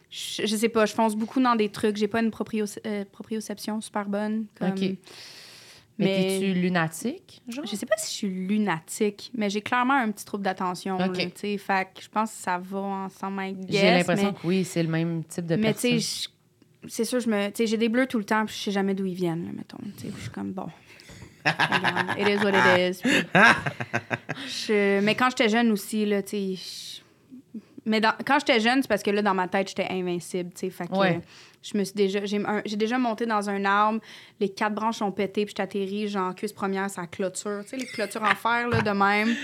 S4: Je, je- je sais pas, je fonce beaucoup dans des trucs, j'ai pas une proprio- euh, proprioception super bonne. comme-
S3: Ok. Mais, t'es-tu lunatique? Genre?
S4: Je sais pas si je suis lunatique, mais j'ai clairement un petit trouble d'attention. là,
S3: Ok.
S4: Tu sais, fait que je pense que ça va ensemble avec
S3: J'ai l'impression que oui, c'est le même type de
S4: Mais, mais
S3: personne.
S4: tu sais, je- c'est sûr, je me, tu sais, j'ai des bleus tout le temps, puis je sais jamais d'où ils viennent, là, mettons. Tu sais, puis je suis comme, bon. Regarde, it is what it is. Puis je- mais quand j'étais jeune aussi, là, tu sais. je- Mais dans- quand j'étais jeune, c'est parce que là, dans ma tête, j'étais invincible, tu sais. Fait que
S3: Ouais.
S4: je me suis déjà... J'ai un- j'ai déjà monté dans un arbre, les quatre branches ont pété, puis j'étais atterri, genre, cuisse première, ça clôture. Tu sais, les clôtures en fer, là, de même.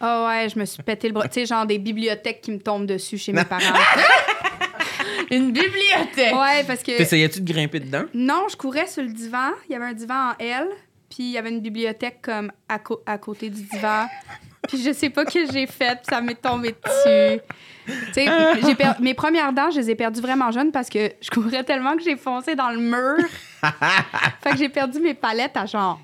S4: Ah! ouais, je me suis pété le bras. Tu sais, genre des bibliothèques qui me tombent dessus chez mes parents.
S3: Une bibliothèque!
S4: ouais, parce que...
S2: T'essayais-tu de grimper dedans?
S4: Non, je courais sur le divan. Il y avait un divan en L, puis il y avait une bibliothèque comme à, co- à côté du divan. Puis je sais pas ce que j'ai fait, puis ça m'est tombé dessus. Tu sais, j'ai per- mes premières dents, je les ai perdues vraiment jeunes parce que je courais tellement que j'ai foncé dans le mur. fait que j'ai perdu mes palettes à genre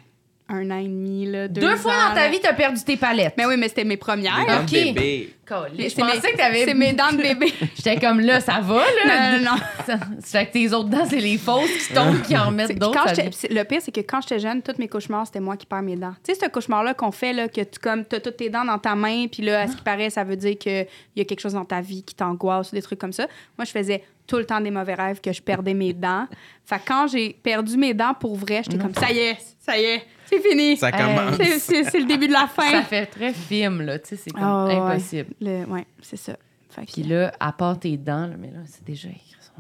S4: un an et demi, là, deux,
S3: Deux, fois
S4: ans,
S3: dans ta
S4: là.
S3: vie, t'as perdu tes palettes.
S4: Mais oui, mais c'était mes premières.
S2: Des dents de
S3: ok.
S2: bébé.
S3: Colin, Je
S4: C'est mes-
S3: pensais que t'avais.
S4: C'est mes dents de bébé.
S3: J'étais comme là, ça va, là.
S4: non, non, non.
S3: Ça- C'est fait que tes autres dents, c'est les fausses qui tombent, qui en
S4: T'sais,
S3: mettent d'autres.
S4: quand
S3: ça
S4: j'étais-
S3: devient-
S4: c'est- le pire, c'est que quand j'étais jeune, tous mes cauchemars, c'était moi qui perds mes dents. Tu sais, ce cauchemar-là qu'on fait, là, que tu comme, as toutes tes dents dans ta main, puis là, à ce qui paraît, ça veut dire qu'il y a quelque chose dans ta vie qui t'angoisse ou des trucs comme ça. Moi, je faisais tout le temps des mauvais rêves que je perdais mes dents. Fait que quand j'ai perdu mes dents pour vrai, j'étais comme, ça y est, ça y est, c'est fini.
S2: Ça
S3: Hey.
S2: commence.
S4: C'est- C'est c'est le début de
S3: Ça
S4: la fin.
S3: fait très film, là. Tu sais, c'est comme
S4: Ah, ouais.
S3: impossible.
S4: Le- ouais, c'est ça. Fait que-
S3: Puis là, à part tes dents, là, mais là, c'est déjà.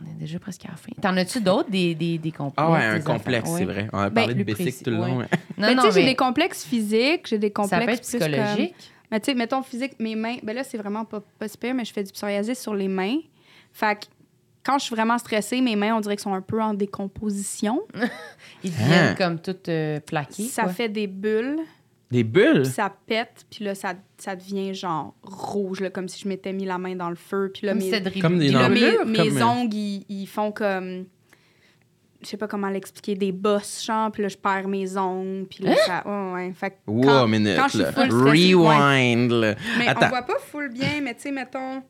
S3: On est déjà presque à la fin. T'en as-tu d'autres, des, des, des complexes?
S2: Ah ouais,
S3: des
S2: un
S3: affaires?
S2: complexe,
S3: Ouais.
S2: c'est vrai. On a
S4: Ben,
S2: parlé
S3: plus
S2: de basic
S3: précis,
S2: tout le
S3: ouais.
S2: long. hein.
S3: Non,
S4: Mais
S3: non,
S4: tu sais, j'ai
S3: mais
S4: des complexes physiques, j'ai des
S3: ça peut
S4: complexes
S3: être
S4: plus comme-
S3: psychologique.
S4: Mais tu sais, mettons physique, mes mains, ben là, c'est vraiment pas, pas si pire, mais je fais du psoriasis sur les mains. Fait que quand je suis vraiment stressée, mes mains, on dirait qu'elles sont un peu en décomposition.
S3: Ils deviennent
S2: Hein.
S3: comme toutes euh, plaquées.
S4: ça
S3: quoi.
S4: fait des bulles,
S2: Des bulles?
S4: puis ça pète, puis là, ça, ça devient genre rouge, là, comme si je m'étais mis la main dans le feu. Puis là,
S3: comme
S4: mes,
S3: cette ribu-
S2: Comme des
S3: puis
S4: puis
S3: là,
S4: là,
S2: normes.
S3: mais-
S4: mes,
S2: brûlure,
S4: mes
S2: comme- euh,
S4: ongles, ils, ils font comme. Je sais pas comment l'expliquer, des bosses, genre, puis là, je perds mes ongles, puis là, ça. Ouais, ouais. Fait que
S2: Wow,
S4: quand-
S2: Hein? minute,
S4: quand je suis
S2: là.
S4: full stressée, ouais.
S2: Rewind, là.
S4: Mais on
S2: Attends,
S4: voit pas full bien, mais tu sais, mettons, là,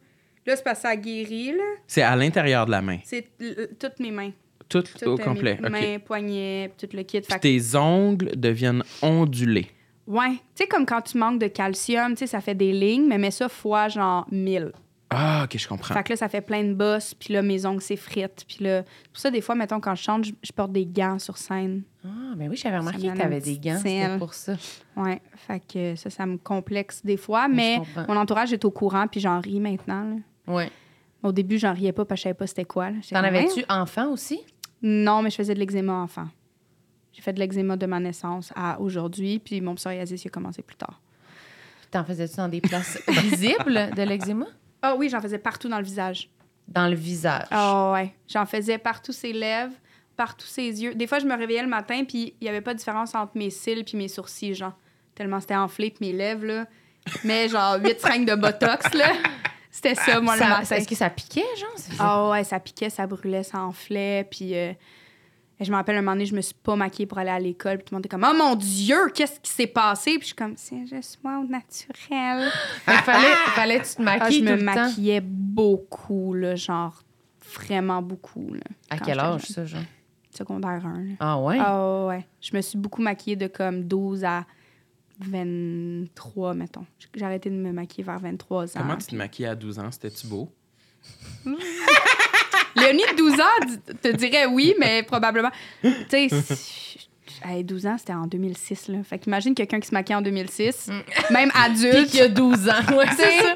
S4: c'est parce que ça guérit, là.
S2: c'est à l'intérieur de la main.
S4: C'est l- l- toutes mes main.
S2: Tout
S4: Toutes
S2: au
S4: euh,
S2: complet.
S4: mes
S2: OK.
S4: mains, poignets, puis tout le kit.
S2: Puis
S4: Fait que-
S2: tes ongles deviennent ondulés.
S4: ouais. Tu sais, comme quand tu manques de calcium, tu sais, ça fait des lignes, mais mets ça fois genre 1000.
S2: Ah, OK, je comprends.
S4: Fait que là, ça fait plein de bosses, puis là, mes ongles s'effritent. Puis là, c'est pour ça, des fois, mettons, quand je chante, je, je porte des gants sur scène.
S3: Ah, ben oui, j'avais
S4: me
S3: remarqué que
S4: donne
S3: t'avais
S4: un
S3: des
S4: petit
S3: gants, c'était
S4: sel.
S3: pour ça.
S4: Ouais. Fait que ça, ça me complexe des fois,
S3: je
S4: mais
S3: comprends.
S4: mon entourage est au courant, puis j'en ris maintenant. là.
S3: Ouais.
S4: Au début, j'en riais pas parce que je savais pas c'était quoi. là. J'étais
S3: T'en
S4: comme, Hein?
S3: avais-tu enfant aussi?
S4: Non, mais je faisais de l'eczéma enfant. J'ai fait de l'eczéma de ma naissance à aujourd'hui, puis mon psoriasis il a commencé plus tard.
S3: T'en faisais-tu dans des places visibles de l'eczéma?
S4: Ah oui, j'en faisais partout dans le visage.
S3: Dans le visage.
S4: Ah ouais, j'en faisais partout ses lèvres, partout ses yeux. Des fois, je me réveillais le matin, puis il y avait pas de différence entre mes cils puis mes sourcils, genre. Tellement c'était enflé, puis mes lèvres, là. Mais genre, huit seringues de Botox, là. C'était ça, moi, le
S3: Ça-
S4: matin.
S3: Est-ce que ça piquait, genre? Ça faisait-
S4: Ah ouais, ça piquait, ça brûlait, ça enflait. Puis euh, je me rappelle un moment donné, je me suis pas maquillée pour aller à l'école. Puis tout le monde était comme, oh mon Dieu, qu'est-ce qui s'est passé? Puis je suis comme, c'est juste moi au naturel.
S3: Il fallait, fallait que tu te
S4: Ah,
S3: maquilles
S4: je me
S3: tout le temps.
S4: maquillais beaucoup, là, genre vraiment beaucoup. Là,
S3: À
S4: quand
S3: quel
S4: j'étais
S3: âge,
S4: jeune.
S3: ça, genre?
S4: Secondaire 1. là.
S3: Ah ouais?
S4: Ah ouais. Je me suis beaucoup maquillée de comme 12 à 23, mettons. J'ai arrêté de me maquiller vers 23 ans.
S2: Comment tu te maquilles à 12 ans? C'était-tu beau?
S4: Léonie de 12 ans d- te dirait oui, mais probablement. Tu sais,
S3: Mm-hmm.
S4: si- hey, 12 ans, c'était en 2006. Là. Fait qu'imagine quelqu'un qui se maquille en 2006, même
S3: Mm. Puis
S4: adulte.
S3: qu'il y a 12 ans. Ouais,
S4: tu
S3: c'est
S4: sais.
S3: ça.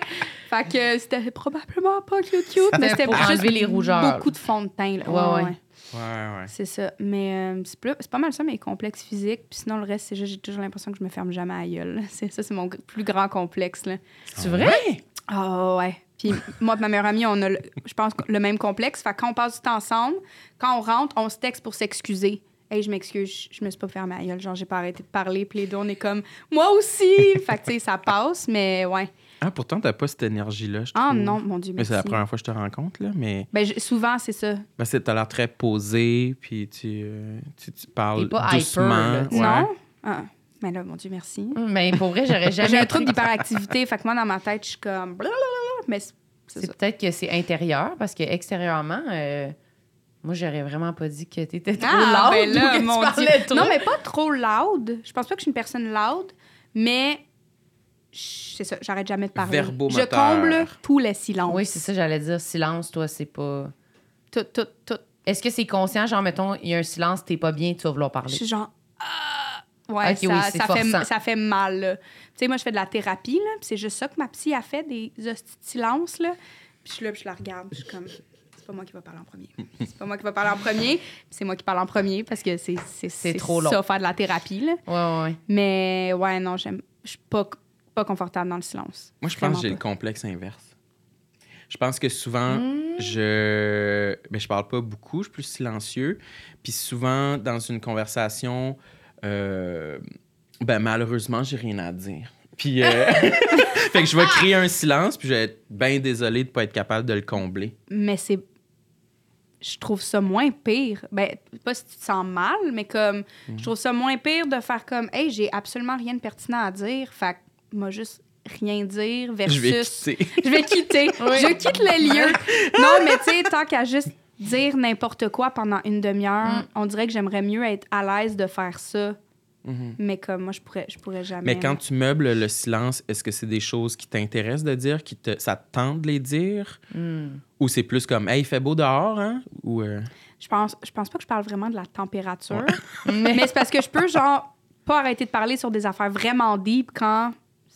S4: Fait que c'était probablement pas cute, cute
S3: C'était
S4: mais c'était
S3: pour
S4: juste
S3: enlever les rougeurs.
S4: beaucoup de fond de teint. là.
S3: Ouais,
S4: Ouais,
S3: ouais.
S4: ouais.
S2: Ouais, ouais.
S4: C'est ça. Mais euh, c'est plus- c'est pas mal ça, mes complexes physiques. Puis sinon, le reste, c'est juste, j'ai toujours l'impression que je me ferme jamais à la gueule. C'est, ça, c'est mon g- plus grand complexe. Là.
S3: C'est vrai?
S4: Ah ouais. Puis moi et ma meilleure amie, on a, le- je pense, le même complexe. Fait que quand on passe du temps ensemble, quand on rentre, on se texte pour s'excuser. Hey, je m'excuse, je, je me suis pas fermée à la gueule. Genre, j'ai pas arrêté de parler. Puis les deux, on est comme, moi aussi. fait que, tu sais, ça passe, mais ouais.
S2: Ah, pourtant, t'as pas cette énergie-là, je
S4: Ah
S2: trouve.
S4: non, mon Dieu,
S2: Mais
S4: merci.
S2: c'est la première fois que je te rencontre, là. Mais
S4: Ben, je- souvent, c'est ça.
S2: ben, c'est- t'as l'air très posé, puis tu, euh, tu, tu
S3: T'es
S2: parles
S3: pas hyper,
S2: doucement.
S3: là, tu
S2: ouais.
S4: Non? Ah. Mais là, mon Dieu, merci.
S3: Mais pour vrai, j'aurais jamais.
S4: J'ai un trouble d'hyperactivité. fait que moi, dans ma tête, je suis comme, blablabla, mais c'est c'est ça.
S3: C'est peut-être que c'est intérieur, parce que extérieurement, euh, moi, j'aurais vraiment pas dit que t'étais trop loud
S4: Ah, ben là,
S3: ou que tu
S4: mon Dieu.
S3: parlais trop.
S4: Non, mais pas trop loud. Je pense pas que je suis une personne loud, mais je- c'est ça, j'arrête jamais de parler.
S2: Verbomoteur.
S4: Je comble tous les silences.
S3: Oui, c'est ça, j'allais dire. Silence, toi, c'est pas.
S4: Tout, tout, tout.
S3: Est-ce que c'est conscient, genre, mettons, il y a un silence, t'es pas bien, tu vas vouloir
S4: Je
S3: parler?
S4: suis genre. Ah! Ouais,
S3: Ok,
S4: ça,
S3: oui, c'est
S4: ça fait,
S3: forçant.
S4: ça fait mal. là. Tu sais, moi, je fais de la thérapie, là, puis c'est juste ça que ma psy a fait, des hosties de silence. Là. Puis je suis là, puis je la regarde, puis je suis comme. C'est pas moi qui va parler en premier. C'est pas moi qui va parler en premier, puis c'est moi qui parle en premier parce que c'est c'est-
S3: C'est
S4: c'est
S3: trop long.
S4: ça, faire de la thérapie. Là.
S3: Ouais, ouais, ouais.
S4: Mais ouais, non, j'aime. Je suis pas, pas confortable dans le silence.
S2: Moi, je pense que j'ai le
S4: Vraiment
S2: complexe inverse. Je pense que souvent,
S4: Hmm.
S2: je... Mais je parle pas beaucoup, je suis plus silencieux. Puis souvent, dans une conversation, euh, ben, malheureusement, j'ai rien à dire. Puis, euh, fait que je vais créer un silence, puis je vais être bien désolé de pas être capable de le combler.
S4: pas. Mais c'est. Je trouve ça moins pire. Ben, pas si tu te sens mal, mais comme.
S2: Mhm.
S4: Je trouve ça moins pire de faire comme. Hey, j'ai absolument rien de pertinent à dire. Fait que, moi, juste rien dire versus.
S2: Je vais quitter.
S4: Je vais quitter. Je quitte le lieu. non, mais tu sais, tant qu'à juste dire n'importe quoi pendant une demi-heure,
S3: Mm.
S4: on dirait que j'aimerais mieux être à l'aise de faire ça.
S2: Mhm.
S4: Mais comme moi, je pourrais, je pourrais jamais.
S2: Mais quand tu meubles le silence, est-ce que c'est des choses qui t'intéressent de dire, qui te... ça te tente de les dire?
S3: Hmm.
S2: Ou c'est plus comme, hey, il fait beau dehors, hein? Ou, euh,
S4: Je pense, je pense pas que je parle vraiment de la température,
S3: Mais-
S4: mais c'est parce que je peux, genre, pas arrêter de parler sur des affaires vraiment deep quand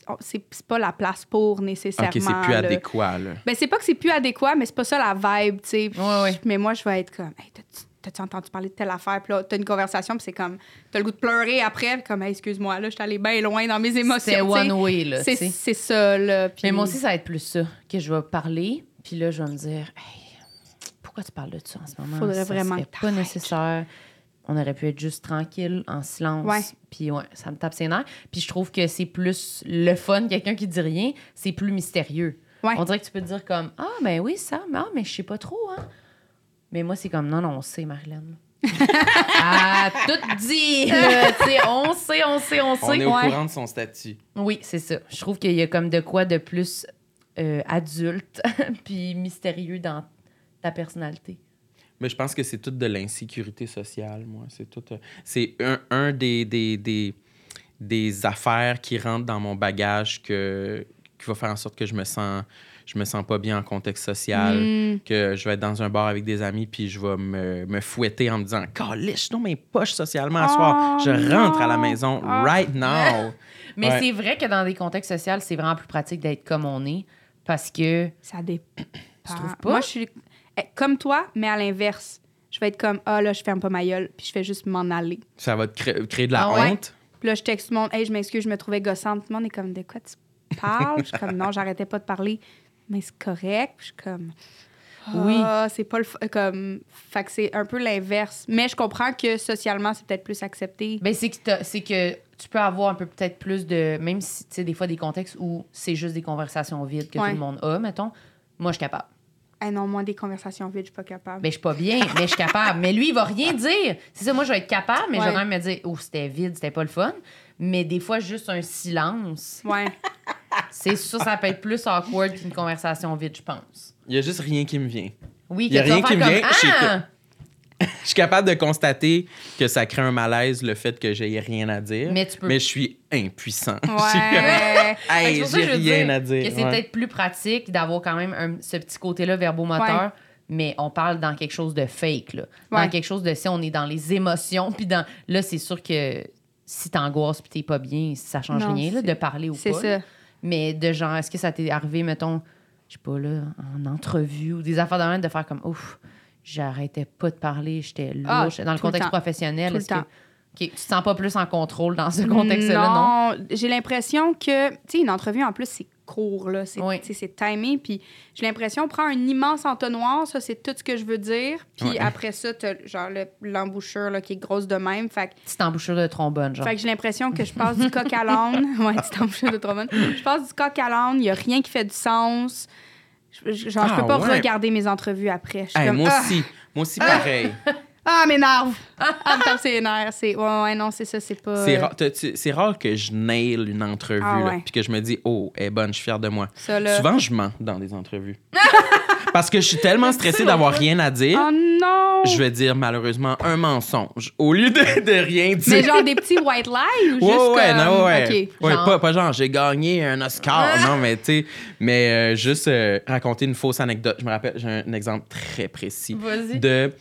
S4: oh, c'est c'est pas la place pour nécessairement.
S2: OK, c'est plus
S4: là.
S2: adéquat, là.
S4: Ben, c'est pas que c'est plus adéquat, mais c'est pas ça la vibe, tu sais.
S3: Ouais, ouais.
S4: Mais moi, je vais être comme, hey, t'as-tu- t'as-tu entendu parler de telle affaire? Puis là, t'as une conversation, puis c'est comme, t'as le goût de pleurer après, puis comme, Hey, excuse-moi, là, je suis allée bien loin dans mes émotions.
S3: C'est
S4: tu sais.
S3: one way, là.
S4: C'est
S3: tu sais.
S4: c'est ça, là. puis-
S3: Mais moi aussi, ça va être plus ça, que je vais parler, puis là, je vais me dire, hey, pourquoi tu parles de ça en ce moment?
S4: Faudrait
S3: ça
S4: vraiment
S3: serait
S4: que
S3: pas
S4: t'arrêtes.
S3: nécessaire. On aurait pu être juste tranquille, en silence.
S4: Ouais.
S3: Puis ouais, ça me tape ses nerfs. Puis je trouve que c'est plus le fun, quelqu'un qui dit rien, c'est plus mystérieux.
S4: Ouais.
S3: On dirait que tu peux te dire comme, ah, ben oui, ça, mais, ah, mais je sais pas trop, hein. Mais moi, c'est comme, non, non, on sait, Marilyn. ah, tout dit! là, tu sais, on sait, on sait, on sait.
S2: On est au
S3: Ouais.
S2: courant de son statut.
S3: Oui, c'est ça. Je trouve qu'il y a comme de quoi de plus euh, adulte puis mystérieux dans ta personnalité.
S2: Mais je pense que c'est tout de l'insécurité sociale, moi. C'est tout. euh, c'est un, un des, des, des, des affaires qui rentrent dans mon bagage que, qui va faire en sorte que je me sens, je me sens pas bien en contexte social.
S4: Mm.
S2: Que je vais être dans un bar avec des amis, puis je vais me, me fouetter en me disant Calice, je dans mes poches socialement à
S4: Oh,
S2: soir. Je rentre à la
S4: non.
S2: maison
S4: Ah.
S2: right now.
S3: Mais
S2: Ouais.
S3: c'est vrai que dans des contextes sociaux, c'est vraiment plus pratique d'être comme on est parce que
S4: Ça dépend.
S3: trouves pas?
S4: Moi, je suis eh, comme toi, mais à l'inverse. Je vais être comme, ah là, je ferme pas ma gueule, puis je fais juste m'en aller.
S2: Ça va te cré- créer de la
S3: Ah ouais?
S2: honte.
S4: Puis là, je texte tout le monde, hey, je m'excuse, je me trouvais gossante. Tout le monde est comme, de quoi tu parles? je suis comme, non, j'arrêtais pas de parler. Mais c'est correct. Puis je suis comme,
S3: Oui.
S4: ah, c'est pas le. f- Comme, fait que c'est un peu l'inverse. Mais je comprends que socialement, c'est peut-être plus accepté.
S3: ben c'est que t'as- c'est que tu peux avoir un peu peut-être plus de même si tu sais des fois des contextes où c'est juste des conversations vides que
S4: Ouais.
S3: tout le monde a, mettons. Moi, je suis capable.
S4: Ah non, moi, des conversations vides, je suis pas capable.
S3: Ben, je suis pas bien, mais je suis capable. Mais lui, il va rien dire. C'est ça, moi, je vais être capable, mais je vais
S4: Ouais.
S3: quand même me dire, oh, c'était vide, c'était pas le fun. Mais des fois, juste un silence.
S4: Ouais.
S3: C'est sûr, ça peut être plus awkward qu'une conversation vide, je pense.
S2: Il y a juste rien qui me vient.
S3: Oui,
S2: Y a
S3: que tu
S2: rien
S3: vas
S2: qui
S3: faire
S2: me
S3: comme,
S2: vient,
S3: Ah!
S2: Je suis capable de constater que ça crée un malaise le fait que j'ai rien à dire.
S3: Mais tu peux-
S2: je suis impuissant.
S4: Ouais.
S3: Fait que
S2: Hey,
S3: c'est pour ça
S2: j'ai
S3: que je veux
S2: rien
S3: dire
S2: à dire.
S3: Que c'est
S2: Ouais.
S3: peut-être plus pratique d'avoir quand même un- ce petit côté-là verbomoteur mais on parle dans quelque chose de fake, là.
S4: Ouais.
S3: Dans quelque chose de si on est dans les émotions, puis dans. Là, c'est sûr que si t'angoisses puis t'es pas bien, ça change
S4: Non,
S3: rien, là,
S4: c'est-
S3: de parler ou pas.
S4: C'est ça.
S3: Mais de genre, est-ce que ça t'est arrivé, mettons, je sais pas, là, en entrevue ou des affaires de même, de faire comme, ouf, j'arrêtais pas de parler, j'étais
S4: Ah,
S3: louche. dans le
S4: tout le
S3: contexte
S4: temps.
S3: professionnel,
S4: Tout le
S3: est-ce que.
S4: temps.
S3: OK, tu te sens pas plus en contrôle dans ce contexte-là, non?
S4: J'ai l'impression que, tu sais, une entrevue en plus, c'est court, là. C'est
S3: Oui.
S4: tu sais, c'est timé. Puis j'ai l'impression, prends un immense entonnoir, ça, c'est tout ce que je veux dire. Puis
S2: Ouais.
S4: après ça, t'as, genre le- l'embouchure là, qui est grosse de même. Fait, que-
S3: Petite embouchure de trombone, genre.
S4: fait que j'ai l'impression que je passe du coq à l'âne. ouais, petite embouchure de trombone. Je passe du coq à l'âne, il n'y a rien qui fait du sens. Je- je- Genre, je
S2: Ah,
S4: peux pas
S2: ouais.
S4: regarder mes entrevues après. Je suis
S2: Hey,
S4: comme,
S2: moi
S4: ah,
S2: aussi. Moi aussi, pareil.
S4: ah, m'énerve! Ah, me tape ses nerfs. C'est... Ouais, ouais, non, c'est ça, c'est pas...
S2: C'est
S4: euh,
S2: rare, t'as- tu- c'est rare que je nail une entrevue,
S4: Ah
S2: là,
S4: ouais.
S2: puis que je me dis, oh, elle est bonne, je suis fière de moi.
S4: Ça, là.
S2: Souvent, je mens dans des entrevues.
S3: Ah.
S2: Parce que je suis tellement stressée d'avoir rien à dire,
S4: Oh non!
S2: je vais dire malheureusement un mensonge au lieu de, de rien dire.
S4: Mais genre des petits white lies ou juste
S2: Ouais, ouais,
S4: comme...
S2: non, ouais.
S4: OK.
S2: Ouais,
S3: Genre-
S2: Pas, pas genre, j'ai gagné un Oscar, non, mais tu sais, mais euh, juste euh, raconter une fausse anecdote. Je me rappelle, j'ai un, un exemple très précis
S3: Vas-y.
S2: de.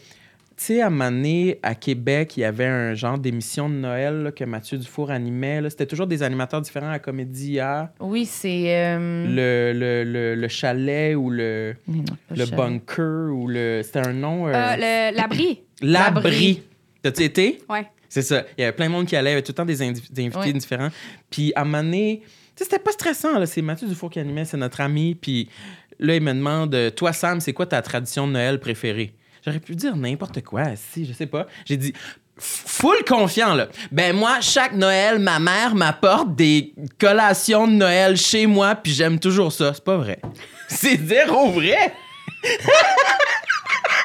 S2: Tu sais, à un moment donné, à Québec, il y avait un genre d'émission de Noël là, que Mathieu Dufour animait. là. C'était toujours des animateurs différents à la Comédie hier.
S3: Oui, c'est. euh,
S2: Le, le, le, le chalet ou le,
S3: mais non, pas
S2: le
S3: chat.
S2: bunker ou le. C'était un nom. euh,
S4: Euh, le- l'abri.
S2: L'abri. T'as-tu été?
S4: Ouais.
S2: C'est ça. Il y avait plein de monde qui allait, il y avait tout le temps des, indi- des invités
S3: Ouais.
S2: différents. Puis à un moment donné, tu sais, c'était pas stressant, là. C'est Mathieu Dufour qui animait, c'est notre ami. Puis là, il me demande euh, Toi, Sam, c'est quoi ta tradition de Noël préférée J'aurais pu dire n'importe quoi, si, je sais pas. J'ai dit. f- Full confiant, là. Ben, moi, chaque Noël, ma mère m'apporte des collations de Noël chez moi, puis j'aime toujours ça. C'est pas vrai. C'est zéro vrai!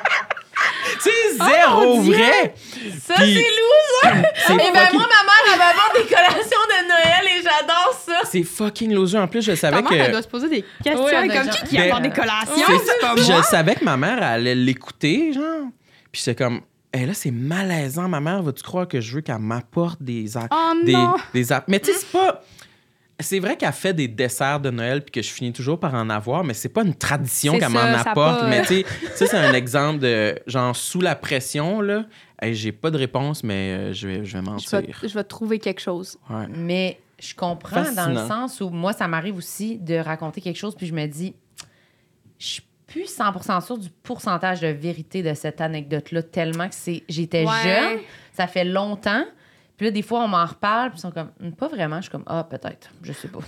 S2: c'est zéro
S3: Oh mon Dieu!
S2: vrai!
S3: Ça,
S2: Puis-
S3: c'est lourd, ça!
S2: C'est
S4: Eh
S3: Et ben,
S2: fucking-
S3: moi, ma mère, elle m'apporte des collations de Noël et j'adore ça!
S2: C'est fucking loser. En plus, je savais
S4: Ta mère, elle
S2: que.
S4: doit se poser des questions.
S3: Ouais,
S4: elle est
S3: de
S4: comme
S3: genre-
S4: qui qui
S2: euh, Ben,
S4: apporte des
S2: C'est
S4: collations?
S2: ça. Puis je savais que ma mère elle allait l'écouter, genre. Puis c'est comme. Hé, là, c'est malaisant. Ma mère, vas-tu croire que je veux qu'elle m'apporte des a-
S4: Oh
S2: des,
S4: non!
S2: des a- Mais tu sais, c'est pas. C'est vrai qu'elle fait des desserts de Noël puis que je finis toujours par en avoir, mais c'est pas une tradition
S4: C'est
S2: qu'elle m'en
S4: ça, ça
S2: apporte.
S4: pas-
S2: Mais tu sais, ça, c'est un exemple de genre sous la pression, là. Hey, J'ai pas de réponse, mais euh, je, vais, je vais
S4: Je vais,
S2: mentir.
S4: je vais trouver quelque chose.
S2: Ouais.
S3: Mais je comprends dans
S2: Fascinant.
S3: le sens où moi, ça m'arrive aussi de raconter quelque chose, puis je me dis, je suis plus 100% sûre du pourcentage de vérité de cette anecdote-là, tellement que c'est j'étais
S4: Ouais.
S3: jeune, ça fait longtemps. Puis là, des fois, on m'en reparle, puis ils sont comme, Hum, pas vraiment. Je suis comme, ah, peut-être, je sais pas.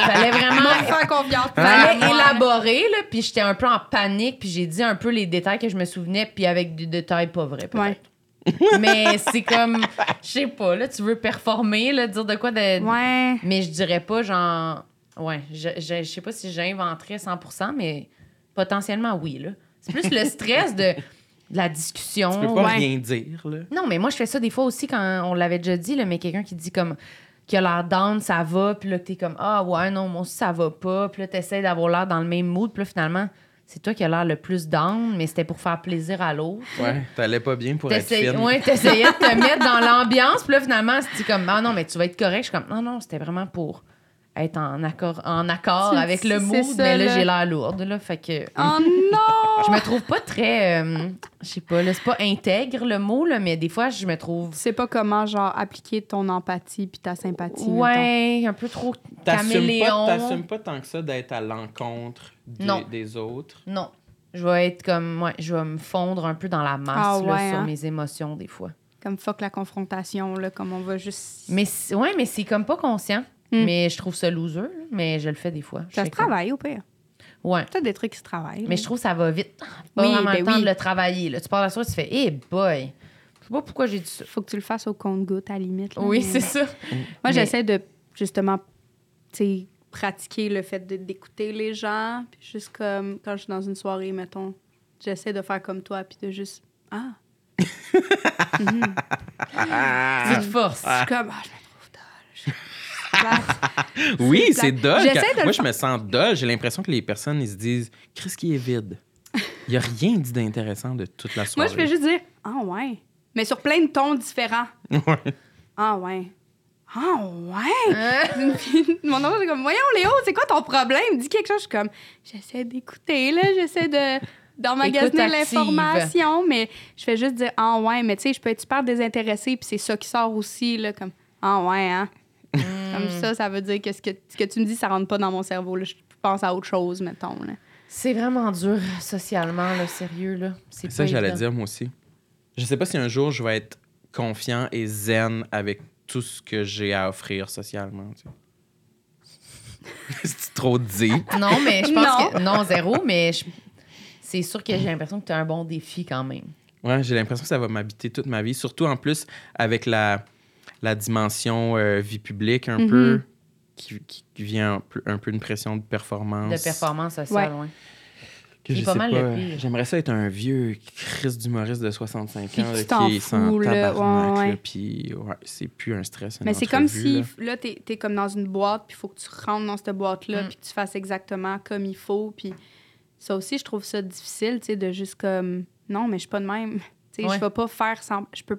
S3: Fallait vraiment
S4: Faire Ah, confiance.
S3: fallait
S4: Moi.
S3: élaborer, là, puis j'étais un peu en panique, puis j'ai dit un peu les détails que je me souvenais, puis avec des détails pas vrais, peut-être.
S4: Ouais.
S3: Mais c'est comme, je sais pas, là, tu veux performer, là, dire de quoi de...
S4: Ouais.
S3: Mais je dirais pas, genre... Ouais, je, je, je sais pas si j'inventerais 100%, mais potentiellement, oui, là. C'est plus le stress de, de la discussion.
S2: Tu peux pas
S4: ouais.
S2: rien dire, là.
S3: Non, mais moi, je fais ça des fois aussi quand on l'avait déjà dit, là, mais quelqu'un qui dit comme qui a l'air down, ça va, puis là, que t'es comme Ah, ouais, non, moi aussi, ça va pas, puis là, t'essayes d'avoir l'air dans le même mood, puis là, finalement, c'est toi qui as l'air le plus down, mais c'était pour faire plaisir à l'autre.
S2: Ouais, t'allais pas bien pour être
S3: T'essayais
S2: fine.
S3: ouais, t'essayais de te mettre dans l'ambiance, puis là, finalement, c'est comme Ah, non, mais tu vas être correct. Je suis comme Non, non, c'était vraiment pour être en accord, en accord
S4: C'est-
S3: avec le
S4: c'est
S3: mood,
S4: ça,
S3: mais là,
S4: là.
S3: j'ai l'air lourde, là, fait que.
S4: Oh non!
S3: Je me trouve pas très. euh, je sais pas, là, c'est pas intègre le mot, là, mais des fois, je me trouve
S4: Tu sais pas comment, genre, appliquer ton empathie puis ta sympathie.
S3: Ouais, un peu trop
S2: T'assumes
S3: caméléon.
S2: pas, t'assumes pas tant que ça d'être à l'encontre des,
S3: Non.
S2: des autres.
S3: Non. Je vais être comme. Ouais, je vais me fondre un peu dans la masse
S4: Ah
S3: là,
S4: ouais,
S3: sur
S4: hein?
S3: mes émotions des fois.
S4: mettons. Comme fuck la confrontation, là, comme on va juste.
S3: Mais c'est- ouais, mais c'est comme pas conscient.
S4: Hmm.
S3: Mais je trouve ça loser, là, mais je le fais des fois. Je
S4: ça
S3: fais
S4: se
S3: comme-
S4: travaille, au pire.
S3: Ouais.
S4: Peut-être des trucs qui se travaillent.
S3: Mais je trouve que ça va vite. Pas
S4: Oui,
S3: vraiment
S4: ben
S3: le temps
S4: oui.
S3: de le travailler. Là. Tu parles à ça, tu fais, eh boy, je sais pas pourquoi j'ai dit ça. Hmm.
S4: Faut que tu le fasses au compte-goutte, à la limite. là,
S3: Oui,
S4: mais-
S3: c'est ça.
S4: Moi,
S3: Mais-
S4: j'essaie de justement, tu sais, pratiquer le fait de- d'écouter les gens, puis juste comme quand je suis dans une soirée, mettons, j'essaie de faire comme toi, puis de juste ah,
S3: C'est de force.
S4: je suis comme ah, je me trouve dolle. Je- Plate.
S2: Oui,
S4: plat.
S2: c'est dole.
S4: J'essaie
S2: Quand-
S4: de le
S2: Moi, je
S4: faire.
S2: me sens dole. J'ai l'impression que les personnes, ils se disent Qu'est-ce qui est vide Il y a rien dit d'intéressant de toute la
S4: Moi,
S2: soirée.
S4: je fais juste dire ah ouais, mais sur plein de tons différents.
S2: Ouais.
S4: Ah ouais. Ah ouais!
S3: Euh.
S4: Puis Mon enfant, c'est comme, voyons Léo, c'est quoi ton problème? Dis quelque chose. Je suis comme, j'essaie d'écouter, là, j'essaie de. d'emmagasiner
S3: Écoute active.
S4: l'information, mais je fais juste dire ah ouais, mais tu sais, je peux être super désintéressée, puis c'est ça qui sort aussi là comme ah ouais hein.
S3: Hmm.
S4: Comme ça, ça veut dire que ce que, ce que tu me dis, ça rentre pas dans mon cerveau. là. Je pense à autre chose, mettons. Là.
S3: C'est vraiment dur socialement, là, sérieux, là. C'est
S2: Ça,
S3: pas
S2: j'allais
S3: évident.
S2: dire, moi aussi. Je sais pas si un jour je vais être confiant et zen avec tout ce que j'ai à offrir socialement. tu sais. C'est trop dit.
S3: Non, mais je pense
S4: Non.
S3: que. Non, zéro, mais je- c'est sûr que j'ai l'impression que tu as un bon défi quand même.
S2: Ouais, j'ai l'impression que ça va m'habiter toute ma vie, surtout en plus avec la, la dimension euh, vie publique un
S4: Mhm.
S2: peu, qui, qui- qui vient un peu, un peu une pression de performance.
S3: De performance sociale, ouais.
S2: Que
S3: qui
S2: je
S3: est pas
S2: sais
S3: mal
S2: pas,
S3: le pire.
S2: J'aimerais ça être un vieux Christ d'humoriste de 65
S4: Puis
S2: ans
S4: tu
S2: là,
S4: t'en
S2: qui est sans
S4: fous, là,
S2: tabarnak,
S4: ouais,
S2: là,
S4: ouais.
S2: puis ouais, c'est plus un stress. une
S4: Mais c'est comme
S2: entrevue,
S4: si,
S2: là.
S4: là, t'es t'es comme dans une boîte, puis il faut que tu rentres dans cette boîte-là,
S3: Mm.
S4: puis que tu fasses exactement comme il faut. Puis ça aussi, je trouve ça difficile, tu sais, de juste comme, non, mais je suis pas de même. Tu sais,
S3: Ouais.
S4: je vais pas faire sans. Je peux.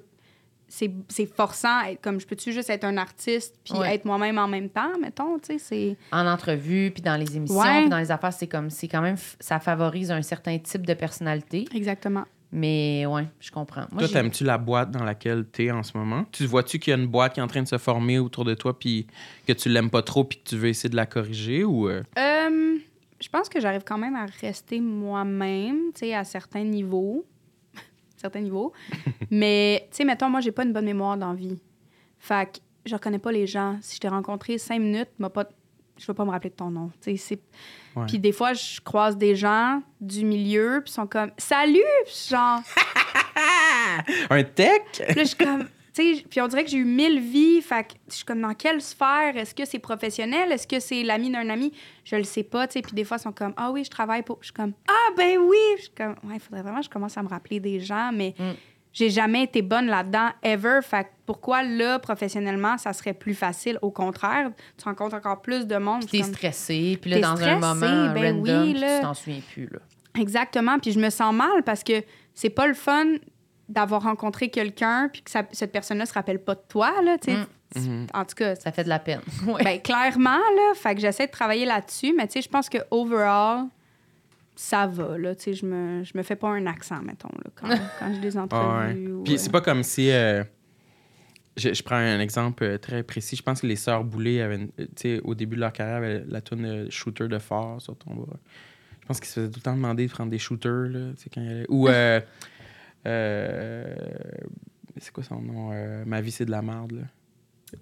S4: C'est c'est forçant, à être comme, je peux-tu juste être un artiste, puis
S3: Ouais.
S4: être moi-même en même temps, mettons, tu sais, c'est.
S3: En entrevue, puis dans les émissions,
S4: Ouais.
S3: puis dans les affaires, c'est comme. C'est quand même. f- Ça favorise un certain type de personnalité.
S4: Exactement.
S3: Mais ouais, je comprends. Moi,
S2: Toi,
S3: j'ai-
S2: t'aimes-tu la boîte dans laquelle t'es en ce moment? Tu vois-tu qu'il y a une boîte qui est en train de se former autour de toi, puis que tu l'aimes pas trop, puis que tu veux essayer de la corriger? ou euh,
S4: Euh, je pense que j'arrive quand même à rester moi-même, tu sais, à certains niveaux. certains niveaux. Mais, tu sais, mettons, moi, j'ai pas une bonne mémoire d'envie. Fait que je reconnais pas les gens. Si je t'ai rencontré cinq minutes, m'a pas... je vais pas me rappeler de ton nom. Tu sais, c'est...
S2: Ouais.
S4: Puis des fois, je croise des gens du milieu, puis ils sont comme « Salut! » Puis je suis genre...
S2: Un tech?
S4: Puis là, je suis comme... tu sais, Puis on dirait que j'ai eu mille vies. Fait que je suis comme dans quelle sphère? Est-ce que c'est professionnel? Est-ce que c'est l'ami d'un ami? Je le sais pas. tu sais. Puis des fois, ils sont comme Ah oui, je travaille pour. Je suis comme Ah ben oui! Je suis comme Ouais, il faudrait vraiment que je commence à me rappeler des gens, mais
S3: Mm.
S4: j'ai jamais été bonne là-dedans, ever. Fait que pourquoi là, professionnellement, ça serait plus facile? Au contraire, tu rencontres encore plus de monde.
S3: Puis
S4: Je
S3: t'es
S4: suis comme,
S3: stressé, puis là,
S4: T'es
S3: dans un
S4: stressé,
S3: moment
S4: ben
S3: random,
S4: oui,
S3: puis
S4: là.
S3: tu t'en souviens plus, là.
S4: Exactement. Puis je me sens mal parce que c'est pas le fun d'avoir rencontré quelqu'un puis que ça- cette personne-là se rappelle pas de toi, là, tu sais.
S3: Mm.
S2: Mhm.
S4: En tout cas,
S3: Ça fait de la peine. Ouais.
S4: Ben, clairement, là. Fait que j'essaie de travailler là-dessus, mais tu sais, je pense que overall, ça va, là. Tu sais, je me, je me fais pas un accent, mettons, là, quand, quand je les
S2: Ah ouais.
S4: entrevues. ou,
S2: Puis
S4: euh,
S2: c'est pas comme si. euh, je, je prends un exemple euh, très précis. Je pense que les sœurs Boulay, avaient une- euh, tu sais, au début de leur carrière, avaient la tune Shooter de fort sur ton bras. Je pense qu'ils se faisaient tout le temps demander de prendre des shooters. Là, tu sais, quand ils allaient- Ou. euh, euh, c'est quoi son nom Euh, Ma vie, c'est de la merde. Là.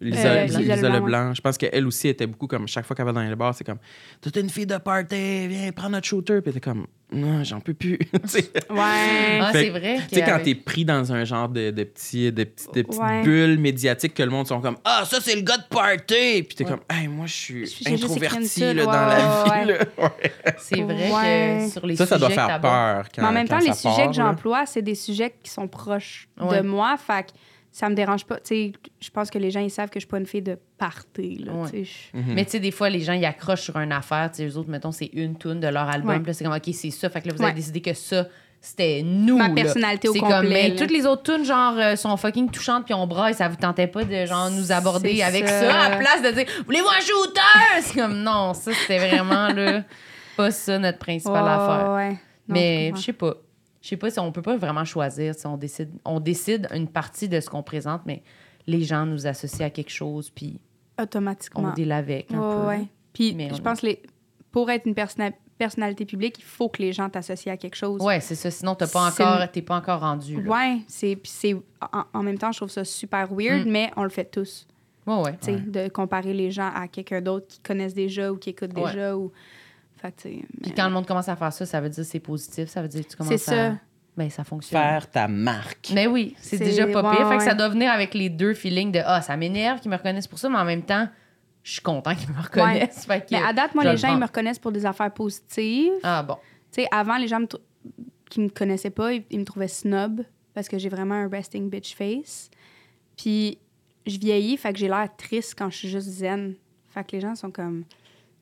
S2: Lisa,
S3: Euh,
S2: Lisa-
S4: Lisa
S2: Lisa
S4: Leblanc,
S2: Leblanc. Je pense qu'elle aussi était beaucoup comme. Chaque fois qu'elle va dans les bars, c'est comme. Toute une fille de party, viens, prends notre shooter. Puis elle était comme. Non, j'en peux plus. Tu sais.
S4: Ouais.
S2: Ben,
S3: Ah,
S2: Fait
S3: c'est
S2: que,
S3: vrai.
S2: Tu sais, quand
S3: qu'avec-
S2: t'es pris dans un genre de, de petit, de petit, de petite
S4: Ouais.
S2: bulle médiatique que le monde sont comme Ah, ça, c'est le gars de party! Puis t'es comme Hey, moi, je
S4: Je
S2: suis
S4: suis- j'ai juste
S2: introverti
S4: écrit une
S2: là,
S4: toute,
S2: dans la
S4: ouais,
S2: vie. là. Ouais.
S3: C'est vrai que
S4: Ouais.
S3: sur les
S2: Ça, ça doit
S3: sujets que
S2: faire
S3: t'abordes-
S2: peur. Quand,
S4: Mais en même
S2: quand
S4: temps, les
S2: ça
S4: sujets
S2: part,
S4: que
S2: là.
S4: j'emploie, c'est des sujets qui sont proches
S3: Ouais.
S4: de moi. Fait que ça me dérange pas. Tu sais, je pense que les gens, ils savent que je suis pas une fille de party, là.
S3: Ouais.
S4: tu sais, je-
S2: Mhm.
S3: Mais tu sais, des fois, les gens, ils accrochent sur une affaire. Tu sais, eux autres, mettons, c'est une tune de leur album.
S4: Ouais.
S3: Puis là, c'est comme, OK, c'est ça. Fait que là, vous
S4: Ouais.
S3: avez décidé que ça, c'était nous.
S4: Ma
S3: là.
S4: personnalité au
S3: C'est
S4: complet,
S3: comme, mais
S4: là.
S3: toutes les autres tunes, genre, euh, sont fucking touchantes, puis on braille. Ça vous tentait pas de, genre, nous aborder
S4: C'est
S3: avec ça.
S4: ça.
S3: à place de dire, voulez-vous un shooter? C'est comme, non, ça, c'était vraiment, là, pas ça, notre principale
S4: Ouais,
S3: affaire.
S4: ouais. Non, je
S3: Mais
S4: comprends.
S3: je sais pas. Je sais pas si on peut pas vraiment choisir. si on décide, on décide une partie de ce qu'on présente, mais les gens nous associent à quelque chose, puis on
S4: automatiquement.
S3: deal avec un
S4: Ouais,
S3: peu.
S4: ouais. Puis
S3: Mais
S4: je
S3: on-
S4: pense que les... pour être une personna- personnalité publique, il faut que les gens t'associent à quelque chose.
S3: Ouais, c'est ça. Sinon, t'as pas
S4: C'est
S3: encore, t'es pas encore rendu. Là.
S4: Ouais, c'est puis c'est en, en même temps, je trouve ça super weird, mais on le fait tous,
S3: Ouais, Mm. ouais.
S4: tu sais, de comparer les gens à quelqu'un d'autre qui connaissent déjà ou qui écoutent
S3: Ouais.
S4: déjà ou fait que, tu sais, mais-
S3: Puis quand le monde commence à faire ça, ça veut dire que c'est positif, ça veut dire que tu commences
S4: C'est ça.
S3: à. Ben, ça fonctionne.
S2: Faire ta marque.
S3: Mais oui, c'est
S4: C'est-
S3: déjà pas
S4: ouais,
S3: pire. Fait que
S4: ouais.
S3: ça doit venir avec les deux feelings de Ah, ça m'énerve qu'ils me reconnaissent pour ça, mais en même temps, je suis content qu'ils me reconnaissent. Fait que-
S4: Mais à date, moi
S3: je
S4: les
S3: le
S4: gens ils me
S3: prends.
S4: reconnaissent pour des affaires positives.
S3: Ah bon.
S4: Tu sais, avant les gens me trou- qui me connaissaient pas, ils, ils me trouvaient snob parce que j'ai vraiment un resting bitch face. Puis je vieillis, fait que j'ai l'air triste quand je suis juste zen. Fait que les gens sont comme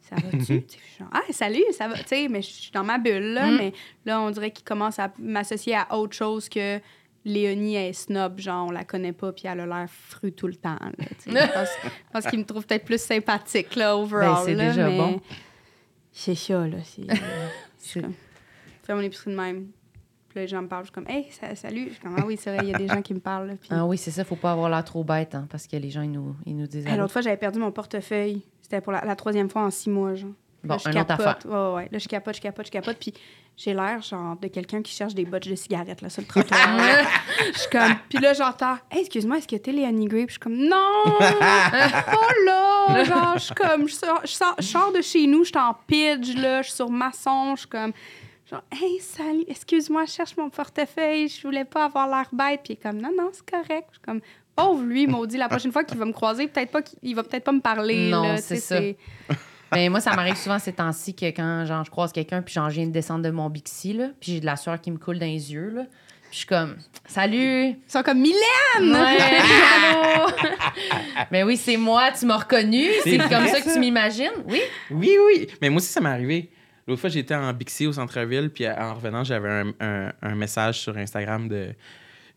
S4: ça va tu Puis je suis genre, ah salut, ça va, tu sais, mais je suis dans ma bulle là,
S3: Mm.
S4: mais là on dirait qu'ils commencent à m'associer à autre chose que Léonie elle est snob, genre on la connaît pas puis elle a l'air fru tout le temps. là, tu sais. je pense, je pense qu'ils me trouvent peut-être plus sympathique là overall
S3: Ben, c'est
S4: là,
S3: déjà
S4: mais
S3: bon.
S4: C'est ça là, c'est
S3: C'est-
S4: comme- fais mon épicerie de même. Puis là, les gens me parlent. Je suis comme, hey, sa- salut. Je suis comme, ah oui, c'est vrai, il y a des gens qui me parlent. là. Puis
S3: Ah oui, c'est ça, faut pas avoir l'air trop bête, hein, parce que les gens, ils nous, ils nous disent.
S4: Hey, L'autre fois, j'avais perdu mon portefeuille. C'était pour la, la troisième fois en six mois, genre.
S3: Bon,
S4: là, je
S3: un autre
S4: capote.
S3: affaire.
S4: Ouais, ouais. Là, je capote, je capote, je capote. Puis j'ai l'air, genre, de quelqu'un qui cherche des botches de cigarettes, là, sur le trottoir. je suis
S3: Ah.
S4: comme... Puis là, j'entends... « Hey, excuse-moi, est-ce que t'es Léonie Gray? » Puis je suis comme « Non! Euh, pas là! » Genre, je suis comme... Je sors, je sors- je sors de chez nous, je suis en pidge, là. Je suis sur maçon, je suis comme... Genre, hey, salut, excuse-moi, je cherche mon portefeuille, je voulais pas avoir l'air bête. Puis il est comme, non, non, c'est correct. Je suis comme, pauvre lui, maudit, la prochaine fois qu'il va me croiser, peut-être pas qu'il il va peut-être pas me parler.
S3: Non,
S4: là, tu
S3: c'est
S4: sais,
S3: ça. Ben, moi, ça m'arrive souvent ces temps-ci que quand genre, je croise quelqu'un, puis genre, je viens de descendre de mon Bixi, là, puis j'ai de la sueur qui me coule dans les yeux. Là. Puis je suis comme, salut!
S4: Ils sont comme Mylène!
S3: Ouais, allô! Mais oui, c'est moi, tu m'as reconnu.
S2: C'est
S3: C'est
S2: vrai,
S3: comme ça que
S2: ça.
S3: tu m'imagines. Oui,
S2: Oui, oui. Mais moi aussi, ça m'est arrivé. L'autre fois, j'étais en Bixi au centre-ville, puis en revenant, j'avais un, un- un message sur Instagram de.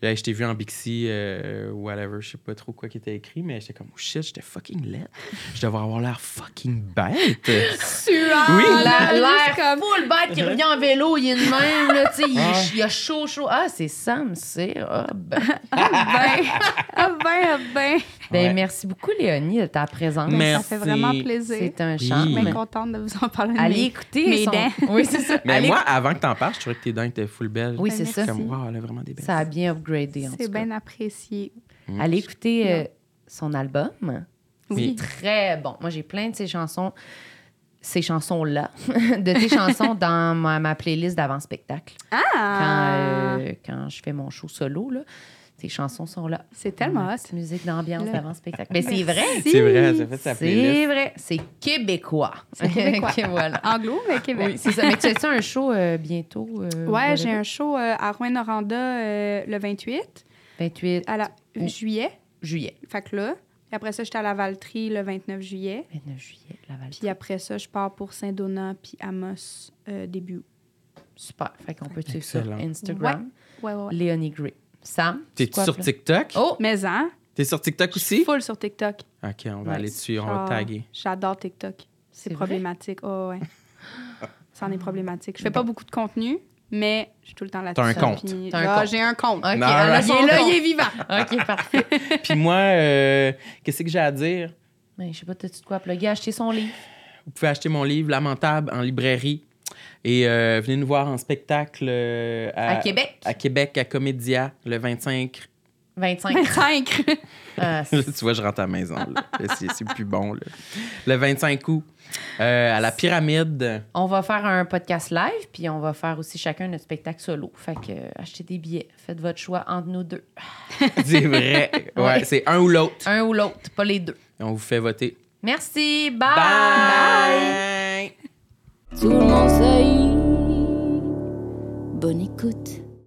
S2: Hey, je t'ai vu en Bixi, euh, whatever, je sais pas trop quoi qui était écrit, mais j'étais comme, oh shit, j'étais fucking laid. Je devrais avoir l'air fucking bête.
S4: Sueur!
S2: Oui.
S4: là,
S3: Ah, La- l'air
S4: juste comme-
S3: full bête qui revient en vélo, il est de même, là, tu sais, il, est
S2: Ouais.
S3: ch- il a chaud, chaud. Ah, c'est Sam, c'est Rob.
S4: Ah ben, ah ben, ah ben.
S3: Ben,
S2: Ouais.
S3: merci beaucoup, Léonie, de ta présence.
S2: Mais-
S4: Ça fait
S2: Merci.
S4: vraiment plaisir.
S3: C'est un
S2: Oui.
S3: charme.
S4: Je suis bien
S2: Mais-
S4: contente de vous en parler.
S3: Allez
S4: Mais-
S3: écouter
S4: mes
S3: son-
S4: dents.
S3: Oui, c'est ça.
S2: Mais
S3: Allez-
S2: moi, avant que t'en parles, je trouvais que tes dents étaient full belles.
S3: Oui, c'est
S4: Ben,
S3: ça.
S4: merci.
S2: Comme, wow, elle a vraiment des belles.
S3: Ça a bien upgradé, en tout
S4: C'est
S3: cas.
S4: bien apprécié.
S3: Allez écouter euh, son album.
S2: Oui.
S3: Très bon. Moi, j'ai plein de ses chansons, ces chansons-là, de tes chansons dans ma, ma playlist d'avant-spectacle. Quand,
S4: Ah!
S3: euh, quand je fais mon show solo, là, tes chansons sont là.
S4: C'est tellement
S3: Ma
S4: hot.
S3: petite musique d'ambiance
S4: Le-
S3: d'avant-spectacle. Mais c'est vrai.
S2: C'est vrai, ça fait sa playlist.
S3: C'est vrai. C'est québécois.
S4: C'est québécois. Ah,
S3: Ok, voilà.
S4: Anglo, mais Québec.
S3: Oui, c'est ça. Mais tu as-tu un show euh, bientôt? euh, whatever?
S4: Ouais, j'ai un show euh, à Rouen-Noranda euh, le 28,
S3: 28
S4: à la
S3: Où?
S4: juillet.
S3: juillet.
S4: Fait que là, puis après ça, j'étais à la Valtrie le 29 juillet.
S3: 29 juillet, Laval.
S4: Puis après ça, je pars pour Saint-Donat puis Amos euh, début. août.
S3: Super. Fait qu'on peut te suivre sur
S2: Excellent.
S3: Instagram.
S4: Ouais, ouais, ouais.
S3: Léonie Gray. Sam?
S2: T'es
S3: c'est quoi,
S2: sur
S3: là?
S2: TikTok?
S3: Oh!
S4: Mais hein,
S2: T'es sur TikTok
S4: je suis
S2: aussi?
S4: full sur TikTok.
S2: Ok, on va
S3: Ouais,
S2: aller dessus, on va
S4: Genre,
S2: te taguer.
S4: J'adore TikTok.
S3: C'est
S4: C'est
S3: vrai?
S4: problématique. Oh, ouais. Ça en est problématique. Je fais pas beaucoup de contenu, mais je suis tout le temps là-dessus.
S2: T'as un compte.
S4: puis-
S3: T'as un
S4: Ah,
S3: compte.
S4: J'ai un compte.
S3: OK, elle
S2: Non,
S3: a
S2: right.
S4: Il
S3: son
S4: est là,
S3: compte.
S4: il est vivant.
S3: OK, parfait.
S2: Puis moi, euh, qu'est-ce que j'ai à dire?
S3: Mais je sais pas, t'as-tu de quoi plugger? Acheter son livre.
S2: Vous pouvez acheter mon livre Lamentable en librairie. Et euh, venez nous voir en spectacle euh,
S3: À Québec.
S2: à Québec, à Comédia, le 25.
S3: 25.
S4: 25.
S3: Ah,
S2: tu
S3: c'est-
S2: vois, je rentre à la maison. là. C'est c'est plus bon. là. Le 25 août, euh, à la Pyramide.
S3: on va faire un podcast live, puis on va faire aussi chacun notre spectacle solo. Fait que euh, achetez des billets. Faites votre choix entre nous deux.
S2: C'est vrai. Ouais,
S3: Ouais.
S2: C'est un ou l'autre.
S3: Un ou l'autre, pas les deux.
S2: On vous fait voter.
S3: Merci. Bye.
S2: Bye.
S1: Tout le monde saillit. Bonne écoute.